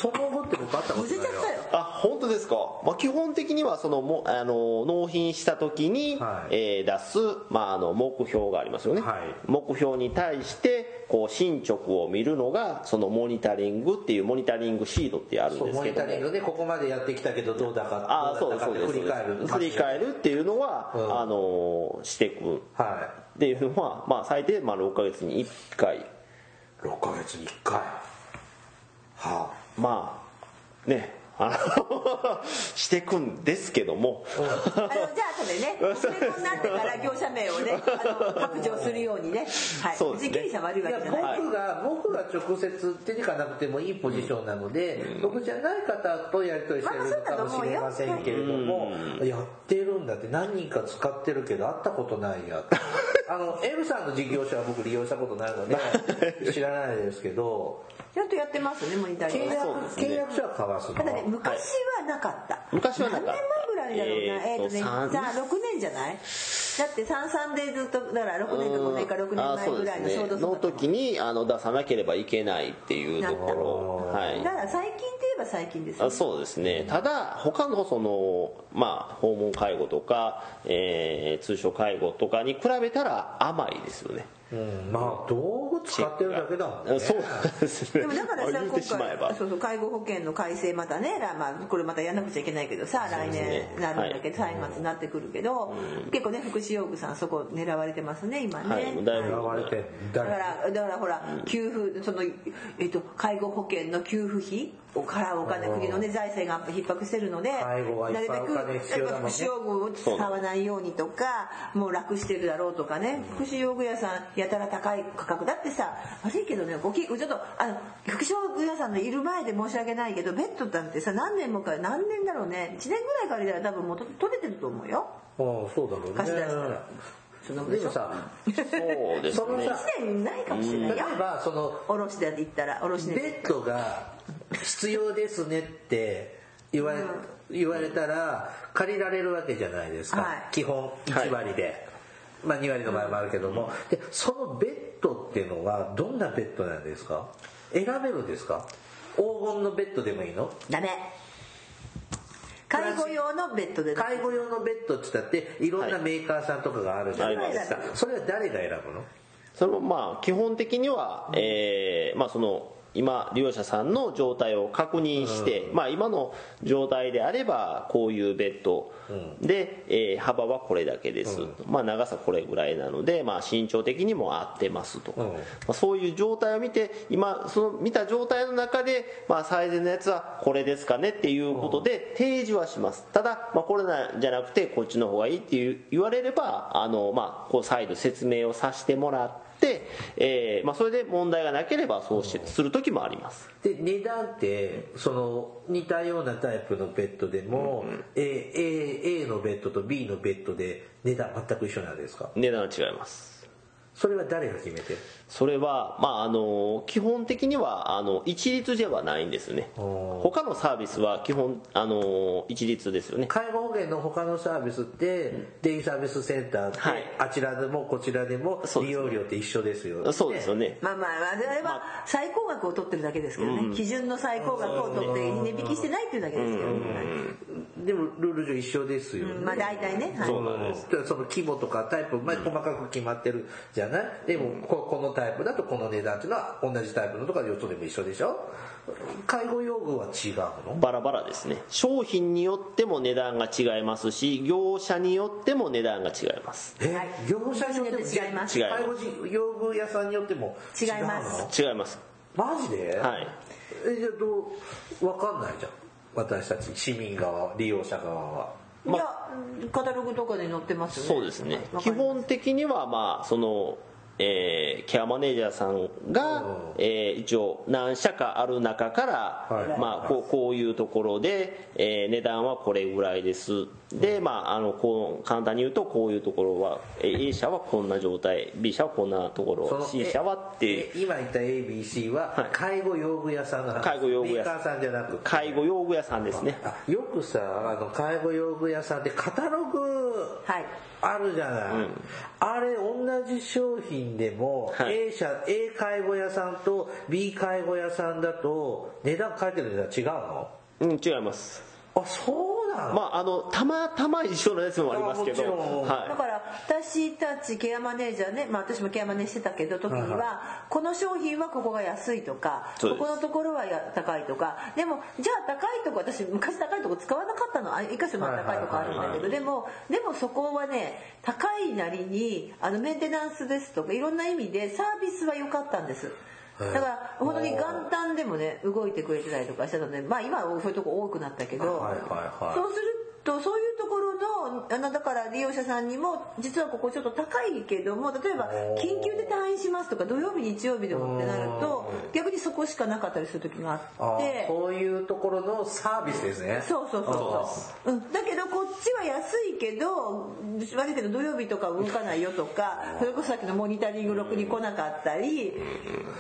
Speaker 1: その後って僕あったことな
Speaker 2: む
Speaker 1: い
Speaker 2: せ
Speaker 1: よ
Speaker 2: ちゃったよ
Speaker 3: あ、本当ですか。まあ基本的にはそのもあの納品したときに、
Speaker 1: はい
Speaker 3: えー出すまああの目標がありますよね。
Speaker 1: はい
Speaker 3: 目標に対してこう進捗を見るのがそのモニタリングっていうモニタリングシートってあるん
Speaker 1: そう
Speaker 3: です
Speaker 1: モ
Speaker 3: け
Speaker 1: ニ
Speaker 3: ど
Speaker 1: タ
Speaker 3: も
Speaker 1: リン。グでここまでやってきたけどどうだ
Speaker 3: あ
Speaker 1: か
Speaker 3: ー
Speaker 1: ど
Speaker 3: そう
Speaker 1: だ
Speaker 3: うで
Speaker 1: っ
Speaker 3: す
Speaker 1: たか
Speaker 3: そ
Speaker 1: っ
Speaker 3: う
Speaker 1: て
Speaker 3: です
Speaker 1: 振り返る
Speaker 3: 振り返るっていうのは、
Speaker 1: うん
Speaker 3: あのしていく
Speaker 1: は
Speaker 3: っていうのは、まあ、最低まあ6ヶ月に1回
Speaker 1: い6ヶ月に1回は
Speaker 3: まあねあのしていくんですけども、
Speaker 2: あのじゃあ後でね遅れになってから業者名をねあの白状するようにねはい
Speaker 3: そうですね
Speaker 2: 実験者悪い
Speaker 1: あ、
Speaker 2: わ
Speaker 1: い
Speaker 2: け
Speaker 1: や
Speaker 2: じゃない
Speaker 1: 僕が、僕が直接手にかなくてもいいポジションなので、僕じゃない方とやり取りしてるのかもしれませんけれども、やってるんだって何人か使ってるけど会ったことないやって あの M さんの事業者は僕利用したことないので知らないですけど
Speaker 2: ちゃんとやってますねモニタリン
Speaker 1: 契
Speaker 2: グ
Speaker 1: 約
Speaker 3: そうですね
Speaker 1: 契約書は交わすの
Speaker 2: ただね昔はなかった、
Speaker 3: 昔はなかった
Speaker 2: 何年前ぐらいだろうなえ
Speaker 3: え
Speaker 2: っ、
Speaker 3: ー
Speaker 2: とね
Speaker 3: 三
Speaker 2: じゃあ6年じゃないだって三三でずっとだから6年か5年か6年
Speaker 3: あ
Speaker 2: 前
Speaker 3: そう
Speaker 2: ぐ
Speaker 3: で
Speaker 2: らい
Speaker 3: す
Speaker 2: の
Speaker 3: ね
Speaker 2: ちょうどそう
Speaker 3: の
Speaker 2: だと思う
Speaker 3: 時にあの出さなければいけないっていうところ、は
Speaker 2: だ
Speaker 3: い、
Speaker 2: から最近といえば最近ですよ
Speaker 3: あ
Speaker 2: ね
Speaker 3: そうですねただ他のその、まあ、訪問介護とか、えー通所介護とかに比べたら甘いですよね
Speaker 1: うんまあ道具使ってるだけだもんね
Speaker 3: そうなんですね
Speaker 2: でもだからさ
Speaker 3: 言っ
Speaker 2: 今
Speaker 3: てしまえば
Speaker 2: 回そうそう介護保険の改正またね、らまあ、これまたやんなくちゃいけないけどさ来
Speaker 3: ね
Speaker 2: 年なるんだけど、歳末になってくるけど、結構ね福祉用具さんそこ狙われてますね今ね、
Speaker 3: はいもうだいぶ
Speaker 1: 狙われて
Speaker 2: だ
Speaker 1: 誰
Speaker 2: か
Speaker 1: から
Speaker 2: だからほら給付その、えっと、介護保険の給付費をからお金国のね財政が逼迫してるので
Speaker 1: 介護はいっぱいお金必要だもんね
Speaker 2: 福祉用具を使わないようにとかもう楽してるだろうとかね福祉用具屋さんやたら高い価格だってさ悪いけどねごきちょっとあの福祉用具屋さんのいる前で申し訳ないけどベッドなんてさ何年もか何年だろうね1年ぐらい借りたら多分もうと取れてると思うよ
Speaker 1: うんそうだろうね
Speaker 2: 貸し出したらその
Speaker 1: でもさ
Speaker 3: そうです
Speaker 1: その
Speaker 3: ね
Speaker 1: さ
Speaker 2: 1年ないかもしれな
Speaker 1: 例
Speaker 2: いよ
Speaker 1: えばその
Speaker 2: 卸しで行ったら卸しで
Speaker 1: ベッドが必要ですねって言われ,、言われたら借りられるわけじゃないですか、
Speaker 2: はい
Speaker 1: 基本1割で、まあ2割の場合もあるけども、でそのベッドっていうのはどんなベッドなんですか選べるんですか黄金のベッドでもいいの
Speaker 2: ダメ介護用のベッドでだ
Speaker 1: 介護用のベッドって言ったっていろんなメーカーさんとかがあるじゃないですか、
Speaker 2: はい
Speaker 1: それは誰が選ぶの
Speaker 3: それもまあ基本的には、えーまあ、その今利用者さんの状態を確認して、まあ、今の状態であればこういうベッドで、えー幅はこれだけです、まあ、長さこれぐらいなので、まあ、身長的にも合ってますとか、
Speaker 1: うん
Speaker 3: まあ、そういう状態を見て今その見た状態の中で、まあ、最善のやつはこれですかねっていうことで提示はしますただ、まあ、これなんじゃなくてこっちの方がいいっていう言われればあの、まあ、こう再度説明をさせてもらって、えーまあ、それで問題がなければそうしする時もあります
Speaker 1: で値段ってその似たようなタイプのベッドでも、A, A, A のベッドと B のベッドで値段全く一緒なんですか
Speaker 3: 値段は違います
Speaker 1: それは誰が決めてる
Speaker 3: それは、まあ、あの基本的にはあの一律ではないんですね
Speaker 1: おー
Speaker 3: 他のサービスは基本あの一律ですよね
Speaker 1: 介護保険の他のサービスってデイサービスセンターって
Speaker 3: はい
Speaker 1: あちらでもこちらでも
Speaker 3: そうで
Speaker 1: 利
Speaker 3: す
Speaker 1: 用料って一緒ですよ
Speaker 3: そうですよね
Speaker 2: まあまあ我々は最高額を取ってるだけですけどね、基準の最高額を取って値引きしてないっていうだけですけど、
Speaker 1: でもルール上一緒ですよね、
Speaker 2: うんまあ大体ね、はい、
Speaker 3: そうなんです
Speaker 1: だからその規模とかタイプ、まあ、細かく決まってるじゃない、でもここのタイプだとこの値段っていうのは同じタイプのとかよそでも一緒でしょ介護用具は違うの
Speaker 3: バラバラですね商品によっても値段が違いますし業者によっても値段が違います
Speaker 1: え、
Speaker 2: はい
Speaker 1: 業者によっても
Speaker 2: 違います
Speaker 3: 違い
Speaker 1: 介護事用具屋さんによっても
Speaker 2: 違
Speaker 1: 違
Speaker 2: いうます
Speaker 1: の
Speaker 3: 違います
Speaker 1: マジで、
Speaker 3: はい
Speaker 1: えじゃあどう分かんないじゃん私たち市民側利用者側は
Speaker 2: じゃあカタログとかで載ってますよね
Speaker 3: そうですね
Speaker 2: わかり
Speaker 3: 基
Speaker 2: ます
Speaker 3: 本的にはまあそのえーケアマネージャーさんが
Speaker 1: うん、
Speaker 3: えー一応何社かある中から、
Speaker 1: はい
Speaker 3: まあ、こうこういうところで、えー値段はこれぐらいですで、まあ、あのこう簡単に言うとこういうところはえー A 社はこんな状態 B 社はこんなとこ
Speaker 1: その
Speaker 3: ろ C 社はっていう
Speaker 1: え今言った ABC は
Speaker 3: はい
Speaker 1: 介護用具屋さんの話
Speaker 3: 介護用具屋
Speaker 1: メーカーさんじゃなく
Speaker 3: 介護用具屋さんですね
Speaker 1: あよくさあの介護用具屋さんってカタログ
Speaker 2: はい
Speaker 1: あるじゃない、あれ同じ商品でも、
Speaker 3: はい
Speaker 1: A 社 A 介護屋さんと B 介護屋さんだと値段書いてる値段違うの
Speaker 3: うん違います
Speaker 1: あそうなの、
Speaker 3: まああのたまたま一緒のやつもありますけ
Speaker 1: あ
Speaker 3: ど
Speaker 1: もちろん
Speaker 2: だ
Speaker 3: は
Speaker 2: から私たちケアマネージャーね、まあ、私もケアマネしてたけど時に
Speaker 1: はい
Speaker 2: はこの商品はここが安いとか
Speaker 3: そう
Speaker 2: こ
Speaker 3: で
Speaker 2: こ
Speaker 3: す
Speaker 2: のところはや高いとかでもじゃあ高いとこ私昔高いとこ使わなかったのあ一箇所まあ高いとこあるんだけどでもでもそこはね高いなりにあのメンテナンスですとかいろんな意味でサービスは良かったんです。だから本当に元旦でもね動いてくれてたりとかしたのでまあ今はそういうとこ多くなったけど、
Speaker 1: はいはいはい
Speaker 2: そうするとそういうところのあのだから利用者さんにも実はここちょっと高いけども例えば
Speaker 1: おー
Speaker 2: 緊急で退院しますとか土曜日日曜日でもってなると逆にそこしかなかったりする時があっ
Speaker 1: あ
Speaker 2: て。
Speaker 1: そういうところのサービスですね
Speaker 2: そうそうそうそう、うん、だけどこっちは安いけど悪いけど土曜日とか動かないよとかそれこそさっきのモニタリングろくに来なかったり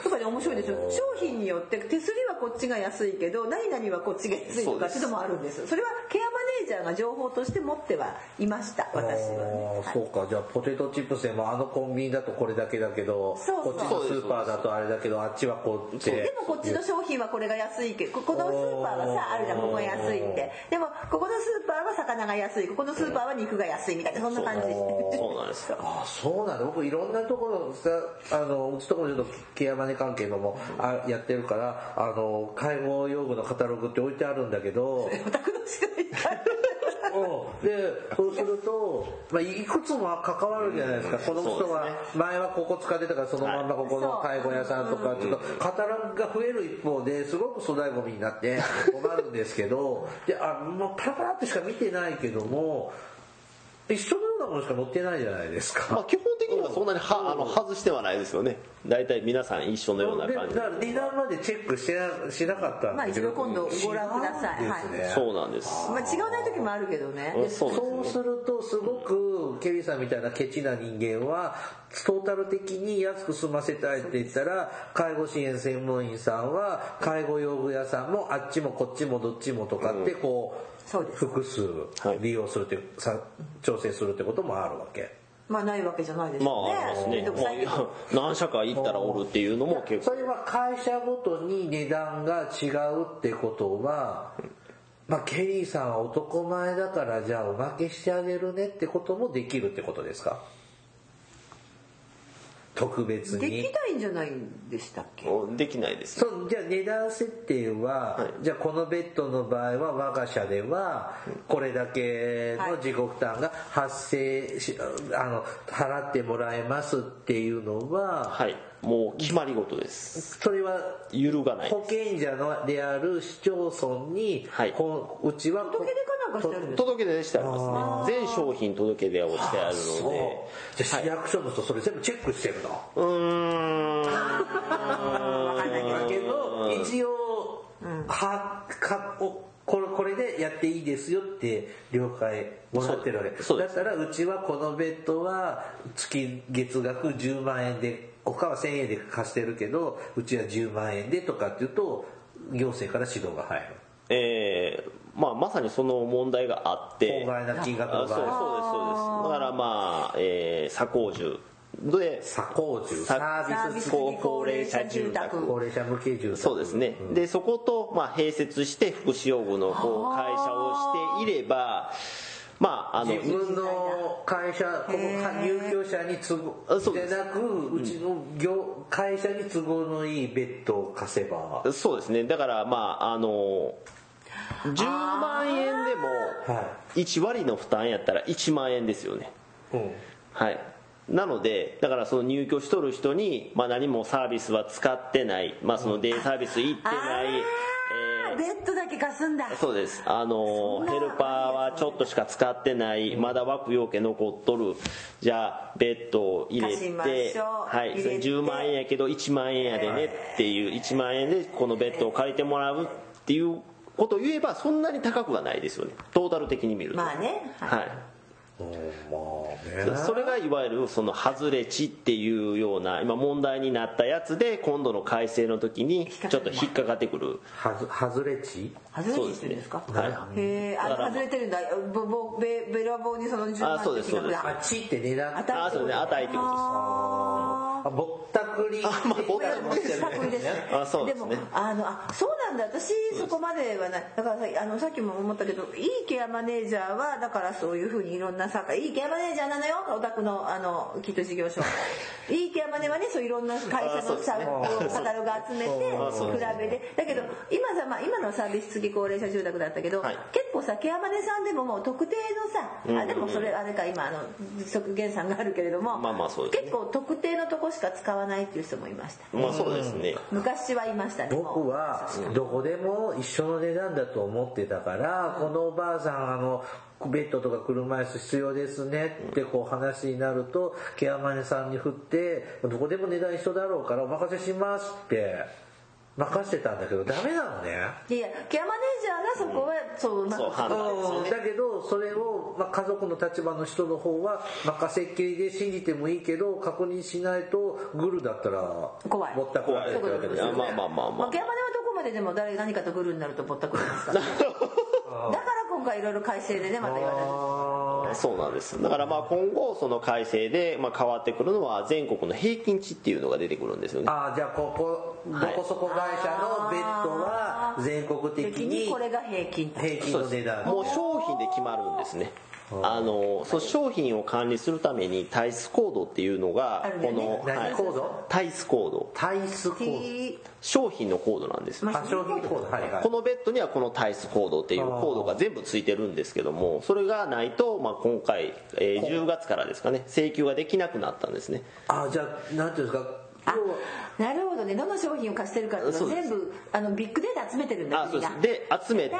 Speaker 2: とかで面白いですよ商品によって手すりはこっちが安いけど何々はこっちが安いとかっていうのもあるんですそれはケアマネージャーが情報として持ってはいました私は
Speaker 1: あ
Speaker 2: ね、
Speaker 1: ー
Speaker 2: はい
Speaker 1: そうかじゃあポテトチップスでもあのコンビニだとこれだけだけど
Speaker 2: そうそう
Speaker 1: こっちのスーパーだとあれだけどあっちはこっち
Speaker 2: でもこっちの商品はこれが安いけどここのスーパーはさあるじゃんここが安いってでもここのスーパーは魚が安いここのスーパーは肉が安いみたいなそんな感じ
Speaker 1: そう
Speaker 3: いそうなんですよ
Speaker 1: あそうなの僕いろんなところさあのうちところちょっとケアマネ関係のもあやってるからあの介護用具のカタログって置いてあるんだけ ど
Speaker 2: オタクのしかいない
Speaker 1: うんでそうすると、まあ、いくつも関わるじゃないですかこの人は
Speaker 3: そうで
Speaker 1: 前はここ使ってたからそのまんまここの介護屋さんとかちょっとカタログが増える一方ですごく粗大ゴミになって困るんですけどであもうパラパラってしか見てないけども一緒のようなものしか載ってないじゃないですか
Speaker 3: まあ、基本的にはそんなにはあの外してはないですよね大体皆さん一緒のような
Speaker 1: で
Speaker 3: 感じ
Speaker 1: だから値段までチェックしてなしなかったん
Speaker 2: まあ
Speaker 1: だけど
Speaker 2: 一度今度ご覧ください
Speaker 1: 違うんですね
Speaker 3: そうなんです
Speaker 2: まあ違わない時もあるけどね
Speaker 3: うん
Speaker 1: そ
Speaker 3: そう
Speaker 1: う
Speaker 3: なんです
Speaker 1: す
Speaker 3: ね
Speaker 1: るとすごくケビンさんみたいなケチな人間はトータル的に安く済ませたいって言ったら介護支援専門員さんは介護用具屋さんもあっちもこっちもどっちもとかってこ
Speaker 2: そう
Speaker 1: う
Speaker 2: です
Speaker 1: 複数
Speaker 3: はい
Speaker 1: 利用するっていうさ調整するってこともあるわけ。
Speaker 2: まあないわけじゃないです
Speaker 3: ま
Speaker 2: よね
Speaker 3: あありますね
Speaker 2: めんどくさいけど
Speaker 3: まあ何社か行ったらおるっていうのも結
Speaker 1: そ
Speaker 3: 構
Speaker 1: れは会社ごとに値段が違うってことは、まあ、ケリーさんは男前だからじゃあおまけしてあげるねってこともできるってことですか特別
Speaker 2: でき
Speaker 1: に。
Speaker 2: ないんじゃないんでしたっけ
Speaker 3: できないですね
Speaker 1: そうじゃあ値段設定は、
Speaker 3: はい
Speaker 1: じゃあこのベッドの場合は我が社ではこれだけの自己負担が発生し、あの払ってもらえますっていうのは、
Speaker 3: はいもう決まり事です
Speaker 1: それは
Speaker 3: 揺るがない
Speaker 1: 保健者のである市町村に、
Speaker 3: はい
Speaker 1: こううちはこ
Speaker 2: 届け出かなんかしてあるんですか
Speaker 3: 届け出してありますね全商品届け出をしてあるので
Speaker 1: そうじゃあ市役所の人それ全部チェックしてるの、
Speaker 3: うーん
Speaker 2: わかんないけど
Speaker 1: だけど一応、はかおこれこれでやっていいですよって了解もらってるわけ
Speaker 3: そうそう
Speaker 1: だ
Speaker 3: で
Speaker 1: っ
Speaker 3: す
Speaker 1: たらうちはこのベッドは月月額10万円で他は1000円で貸してるけどうちは10万円でとかっていうと行政から指導が入る
Speaker 3: えーまあまさにその問題があって
Speaker 1: 法外な金額の
Speaker 3: あそうそうですそう
Speaker 1: 場合
Speaker 3: ですだからまあ、えー、左高住で
Speaker 1: 左高住サ
Speaker 3: さ
Speaker 1: ービス付き
Speaker 2: 高齢者住宅
Speaker 1: 高齢者向け住宅
Speaker 3: そうですね、でそこと、まあ、併設して福祉用具のこう会社をしていればまああの
Speaker 1: 自分の会社ここ入居者に都合
Speaker 3: あそう
Speaker 1: じゃ
Speaker 3: です
Speaker 1: なくうちの業会社に都合のいいベッドを貸せば
Speaker 3: そうですねだからまああの10万円でも
Speaker 1: は
Speaker 3: 1割の負担やったら1万円ですよね
Speaker 1: い、うん、
Speaker 3: はいなのでだからその入居しとる人に、まあ、何もサービスは使ってない、まあ、そのデイサービス行ってない、えー
Speaker 2: ベッドだけ貸すんだ
Speaker 3: そうですあの
Speaker 2: そんな
Speaker 3: ヘルパーはちょっとしか使ってない、まだ枠要件残っとるじゃあベッドを入れ
Speaker 2: 貸しましてょう
Speaker 3: はい
Speaker 2: 入れて
Speaker 3: それ10万円やけど1万円やでねっていう1万円でこのベッドを借りてもらうっていうことを言えばそんなに高くはないですよねトータル的に見ると
Speaker 2: まあね
Speaker 3: はい、
Speaker 1: うんまあね
Speaker 3: それがいわゆるその外れ値っていうような今問題になったやつで今度の改正の時にちょっと引っかかってくる
Speaker 1: はず外れ値
Speaker 2: 外れてきてるんですか
Speaker 3: そうですねはい
Speaker 2: へえあ
Speaker 3: だから
Speaker 2: 外れてるんだぼぼべべらぼうにその10万
Speaker 3: あそうです
Speaker 2: の金額だ
Speaker 1: あ値って値段
Speaker 2: あた
Speaker 3: あそうですね値ってことです
Speaker 2: あー
Speaker 1: あぼったくり
Speaker 3: あまあぼったくり
Speaker 2: 下食いですね
Speaker 3: あそうですね
Speaker 2: もあのあそうなんだ私そこまではないだからさあのさっきも思ったけどいいケアマネージャーはだからそういうふうにいろんなさいいケアマネージャーなのよお宅のあのきっと事業所いいケアマネはねそういろんな会社
Speaker 3: あそ
Speaker 2: の
Speaker 3: うです
Speaker 2: さ
Speaker 3: ね
Speaker 2: こうカタログ集めて
Speaker 3: あそうですね
Speaker 2: 比べてだけど今さ、まあ、今のサービス付き高齢者住宅だったけど、
Speaker 3: はい
Speaker 2: 結構さケアマネさんでももう特定のさ、あでもそれあれか今あの即減産があるけれども、
Speaker 3: まあまあそうですね
Speaker 2: 結構特定のとこしか使わないっていう人もいました
Speaker 3: まあそうですね、
Speaker 2: 昔はいましたね
Speaker 1: 僕はどこでも一緒の値段だと思ってたから、このおばあさんあのベッドとか車椅子必要ですねってこう話になるとケアマネさんに振ってどこでも値段一緒だろうからお任せしますって任してたんだけどダメなのね
Speaker 2: いやいやケアマネージャーがそこはそううまく
Speaker 3: そう判断ですよね
Speaker 1: だけどそれを、まあ、家族の立場の人の方は任せっきりで信じてもいいけど確認しないとグルだったら
Speaker 2: 怖い
Speaker 1: ぼったくられてるわけですよ
Speaker 3: いやまあまあまあま
Speaker 2: ま
Speaker 3: あ
Speaker 2: あ、ケアマネはどこまででも誰何かとグルになるとぼったくりますから、だから今回いろいろ改正でねまた言われる
Speaker 1: あ
Speaker 3: そうなんですだからまあ今後その改正でまあ変わってくるのは全国の平均値っていうのが出てくるんですよね
Speaker 1: あーじゃあここど
Speaker 3: はい
Speaker 1: こそこ会社のベッドは全国的
Speaker 2: 的に
Speaker 1: に
Speaker 2: これが平均だ
Speaker 1: 平均
Speaker 3: そう
Speaker 1: の
Speaker 3: です
Speaker 1: 値段
Speaker 3: もう商品で決まるんですねあのそう商品を管理するために体質コードっていうの
Speaker 2: あ
Speaker 3: が
Speaker 2: るんだよ
Speaker 3: こ
Speaker 2: ね
Speaker 3: の、
Speaker 1: 何コード
Speaker 3: 体質コード
Speaker 1: 体質コー
Speaker 2: T
Speaker 3: 商品のコードなんですよ
Speaker 1: ド
Speaker 2: ま
Speaker 1: あ商品コードはいはい
Speaker 3: このベッドにはこの体質コードっていうコードが全部ついてるんですけどもそれがないと、まあ、今回、えー10月からですかね請求ができなくなったんですね
Speaker 1: あーじゃあなんていうんですか
Speaker 2: あ
Speaker 1: 要は
Speaker 2: なるほどねどの商品を貸してるかっていうの
Speaker 3: そ
Speaker 2: を
Speaker 3: うです
Speaker 2: 全部あのビッグデータ集めてるんだ
Speaker 3: あそうで
Speaker 2: み
Speaker 3: す
Speaker 2: んな
Speaker 3: で集めて
Speaker 2: やった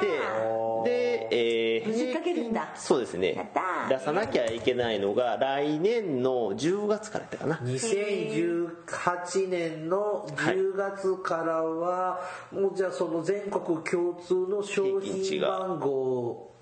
Speaker 3: で、えー
Speaker 2: ぶちかけるんだ
Speaker 3: そうです
Speaker 2: やっ
Speaker 3: ね
Speaker 2: たー
Speaker 3: 出さなきゃいけないのが来年の10月からやったかな
Speaker 1: 2018年の10月からは、もうじゃあその全国共通の商品番号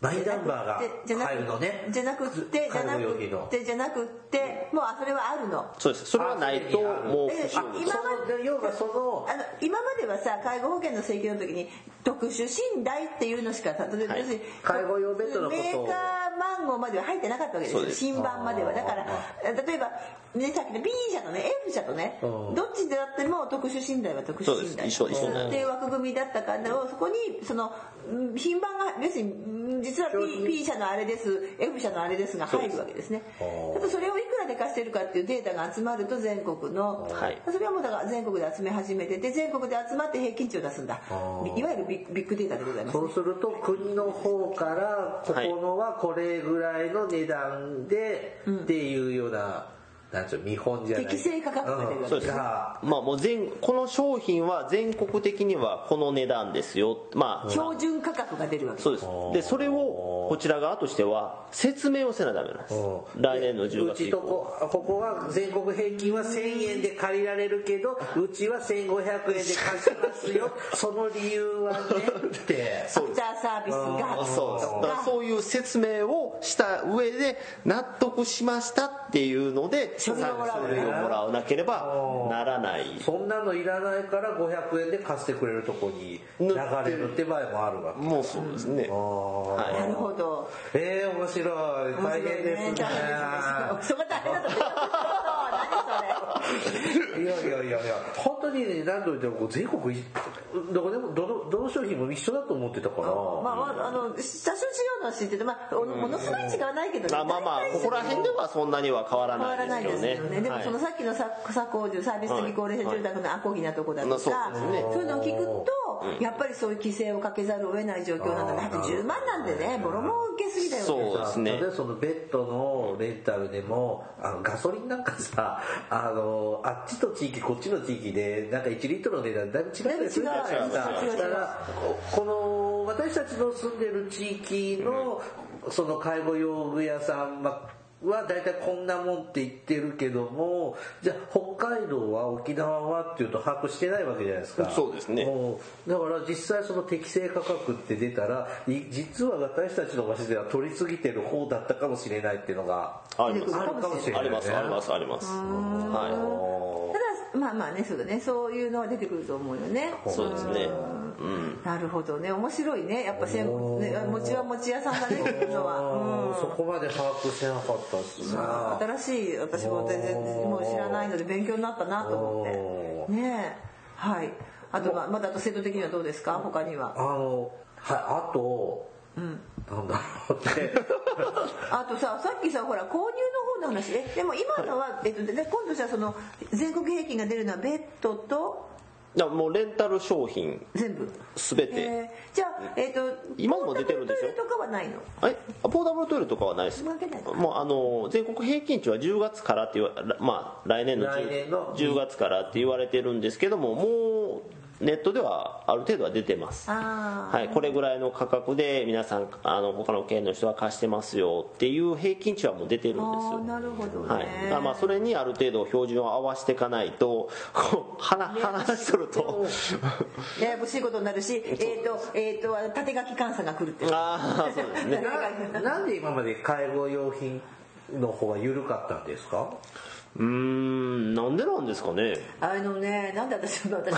Speaker 1: マイナンバ
Speaker 2: じ
Speaker 1: ー
Speaker 2: ゃ
Speaker 1: が
Speaker 2: な
Speaker 1: 入るの
Speaker 2: く
Speaker 1: ね
Speaker 2: じゃなくってじゃな
Speaker 1: 介護
Speaker 2: く
Speaker 1: 用品の
Speaker 2: ってじゃなくってもうあそれはあるの
Speaker 3: そうですそれはないと
Speaker 1: あ
Speaker 3: もう
Speaker 2: え
Speaker 3: 不
Speaker 2: ーあ
Speaker 3: 祥事
Speaker 2: 今ま
Speaker 1: その要はその
Speaker 2: あの今まではさ介護保険の請求の時に特殊信頼っていうのしか例えば、
Speaker 3: はい
Speaker 2: 要するに
Speaker 1: 介護用ベッドのことを
Speaker 2: メーカー番号までは入ってなかったわけですよ
Speaker 3: そうです
Speaker 2: 新版まではだから
Speaker 1: あ
Speaker 2: 例えば、ね、さっきの B 社とね F 社とね、
Speaker 1: うん
Speaker 2: どっちであっても特殊信頼は特
Speaker 3: そう
Speaker 2: 殊
Speaker 3: で
Speaker 2: 信
Speaker 3: す
Speaker 2: 頼
Speaker 3: 一緒一緒にな
Speaker 2: っ
Speaker 3: る
Speaker 2: ていう枠組みだったからそこにそのうん品番が要するにうん実は P, P 社のあれです F 社のあれですが入るわけですね
Speaker 1: そうです
Speaker 2: だからそれをいくらで貸してるかっていうデータが集まると全国の、
Speaker 3: はい
Speaker 2: それはもうだから全国で集め始めてて全国で集まって平均値を出すんだ
Speaker 1: ー
Speaker 2: いわゆるビッグビッグデータでございます
Speaker 1: そうすると国の方からここのはこれぐらいの値段でっていうようななんていうの見本じゃない
Speaker 2: 適正価格が出るわけ
Speaker 1: うん
Speaker 3: そうです
Speaker 1: が
Speaker 3: まあもう全この商品は全国的にはこの値段ですよまあ
Speaker 2: 標準価格が出るわけ
Speaker 3: そうですでそれをこちら側としては説明をせなダメなんです
Speaker 1: うん
Speaker 3: 来年の10
Speaker 1: う
Speaker 3: 月
Speaker 1: ち
Speaker 3: 以
Speaker 1: と
Speaker 3: 降
Speaker 1: こここは全国平均は1000円で借りられるけどうちは1500円で貸しますよ その理由はねって
Speaker 2: アフターサービスが
Speaker 3: あそうですだからそういう説明をした上で納得しましたっていうので書
Speaker 2: 類をもらうね
Speaker 3: 類をもらわなければならない
Speaker 1: そんなのいらないから500円で貸してくれるとこに流れるって場合もあるわけ
Speaker 3: もうそうですね
Speaker 1: あ
Speaker 2: なる
Speaker 3: は
Speaker 2: ほど
Speaker 1: ーえー、面白い大
Speaker 2: 面白い
Speaker 1: 変ですね
Speaker 2: 大変ですねそこ大変だと思う何それ
Speaker 1: いやいやいやいや本当にね何度言ってもこう全国いどこでもどのどの商品も一緒だと思ってたから、
Speaker 2: まあまあ、あの、多少違うのは知ってて、まあ、おものすごい違いはないけど、
Speaker 3: いあまあまあここら辺ではそんなには変わら
Speaker 2: 変わらな
Speaker 3: な
Speaker 2: いい
Speaker 3: で
Speaker 2: ですすよ
Speaker 3: よ
Speaker 2: ね。
Speaker 3: ね
Speaker 2: でも、そのさっきのさ、草工場、サービス的高齢者住宅のアコギなとこだと
Speaker 3: まあ
Speaker 2: か、
Speaker 3: そうですね
Speaker 2: そういうのを聞くと、と、やっぱりそういう規制をかけざるを得ない状況なんだなって
Speaker 1: あー
Speaker 2: 10万なんてねボロも受けすぎだよね
Speaker 3: そうですね
Speaker 1: 例えばそのベッドのレンタルでもあのガソリンなんかさ あのあっちと地域こっちの地域でなんか1リットルの値段だいぶ違ったりするじゃないですか
Speaker 2: 違う違う違う違う
Speaker 1: だからこの私たちの住んでる地域のその介護用具屋さんはは大体こんなもんって言ってるけどもじゃあ北海道は沖縄はっていうと把握してないわけじゃないですか
Speaker 3: そうですね
Speaker 1: もうだから実際その適正価格って出たらい実は私たちの街では取りすぎてる方だったかもしれないっていうのが
Speaker 3: あります
Speaker 1: あるかもしれない
Speaker 3: ありますありますすありますは
Speaker 2: ただまあまあねそうだねそういうのは出てくると思うよね
Speaker 3: いそうですね
Speaker 2: なるほどね面白いねやっぱ戦後ね餅は餅屋さんだねっていうの は、
Speaker 1: そこまで把握してなかったっすな
Speaker 2: うん、新しい私も全然もう知らないので勉強になったなと思ってねえはいあとはまだあと制度的にはどうですか他には
Speaker 1: あのはいあと、なんだろうって
Speaker 2: あとささっきさほら購入の方の話えでも今のは、えっと、で今度さその全国平均が出るのはベッドと
Speaker 3: だからもうレンタル商品
Speaker 2: 全部
Speaker 3: すべて、
Speaker 2: えーじゃあえっ、と
Speaker 3: 今も出てるんでし
Speaker 2: ポ
Speaker 3: ょ
Speaker 2: ータブルトイレとかはないの
Speaker 3: えポーダブルトイレとかはないです
Speaker 2: わけない
Speaker 3: もうあの全国平均値は10月からって言わまあ来年の
Speaker 1: 来
Speaker 3: 10,
Speaker 1: 年の
Speaker 3: 10月からって言われてるんですけどももうネットではある程度は出てます
Speaker 2: あー
Speaker 3: はい、これぐらいの価格で皆さんあの他の県の人は貸してますよっていう平均値はもう出てるんです
Speaker 2: あ
Speaker 3: よ
Speaker 2: ーなるほどね、
Speaker 3: はい、だからまあそれにある程度標準を合わせていかないとこう話話しとると
Speaker 2: ややこしいことになるし、えっ、と、えっ、と、あの縦書き監査が来るって。
Speaker 3: ああそうですね
Speaker 1: ななんで今まで介護用品の方は緩かったんですか
Speaker 3: うーんなんでなんですかね
Speaker 2: あのね、なんで私、私、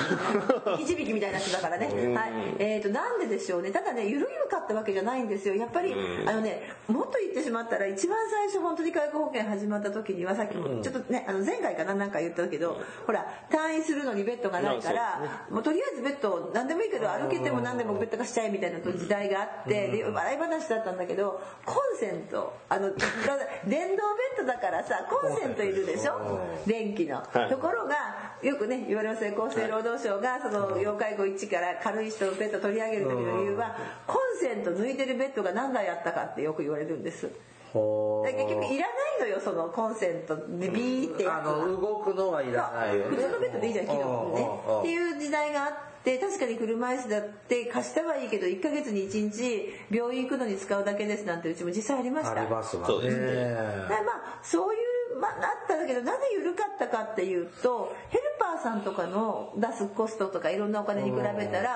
Speaker 2: ひじびきみたいな人だからね。はい。えっ、と、なんででしょうね。ただね、ゆるゆるかったわけじゃないんですよ。やっぱり、あのね、もっと言ってしまったら、一番最初、本当に介護保険始まった時には、さっきも、ちょっとね、あの、前回かな、なんか言ったけど、ほら、退院するのにベッドがないから、もうとりあえずベッド、なんでもいいけど、歩けても何でもベッド化しちゃえみたいな時代があって、で、笑い話だったんだけど、コンセント、あの、だ 電動ベッドだからさ、コンセントいるでしょ電気の。
Speaker 3: はい
Speaker 2: ところがよくね言われますね厚生労働省がその要介護1から軽い人のベッド取り上げる時の理由はコンセント抜いてるベッドが何台あったかってよく言われるんです
Speaker 1: ほ
Speaker 2: だから
Speaker 1: ー
Speaker 2: 結局いらないのよそのコンセントでビーってや
Speaker 1: あ
Speaker 2: つは
Speaker 1: の動くのはいらないよ
Speaker 2: 普
Speaker 1: ね
Speaker 2: 通のベッドでいいじゃん機能もね
Speaker 1: うんうんうん
Speaker 2: っていう時代があって確かに車椅子だって貸したはいいけど1ヶ月に1日病院行くのに使うだけですなんてうちも実際ありまし
Speaker 1: あ
Speaker 2: た
Speaker 1: りますわね
Speaker 3: そうです
Speaker 2: だからまあそういう、まあ、なったんだけどなぜ緩かったかっていうとヘルパーさんとかの出すコストとかいろんなお金に比べたらかいそんなに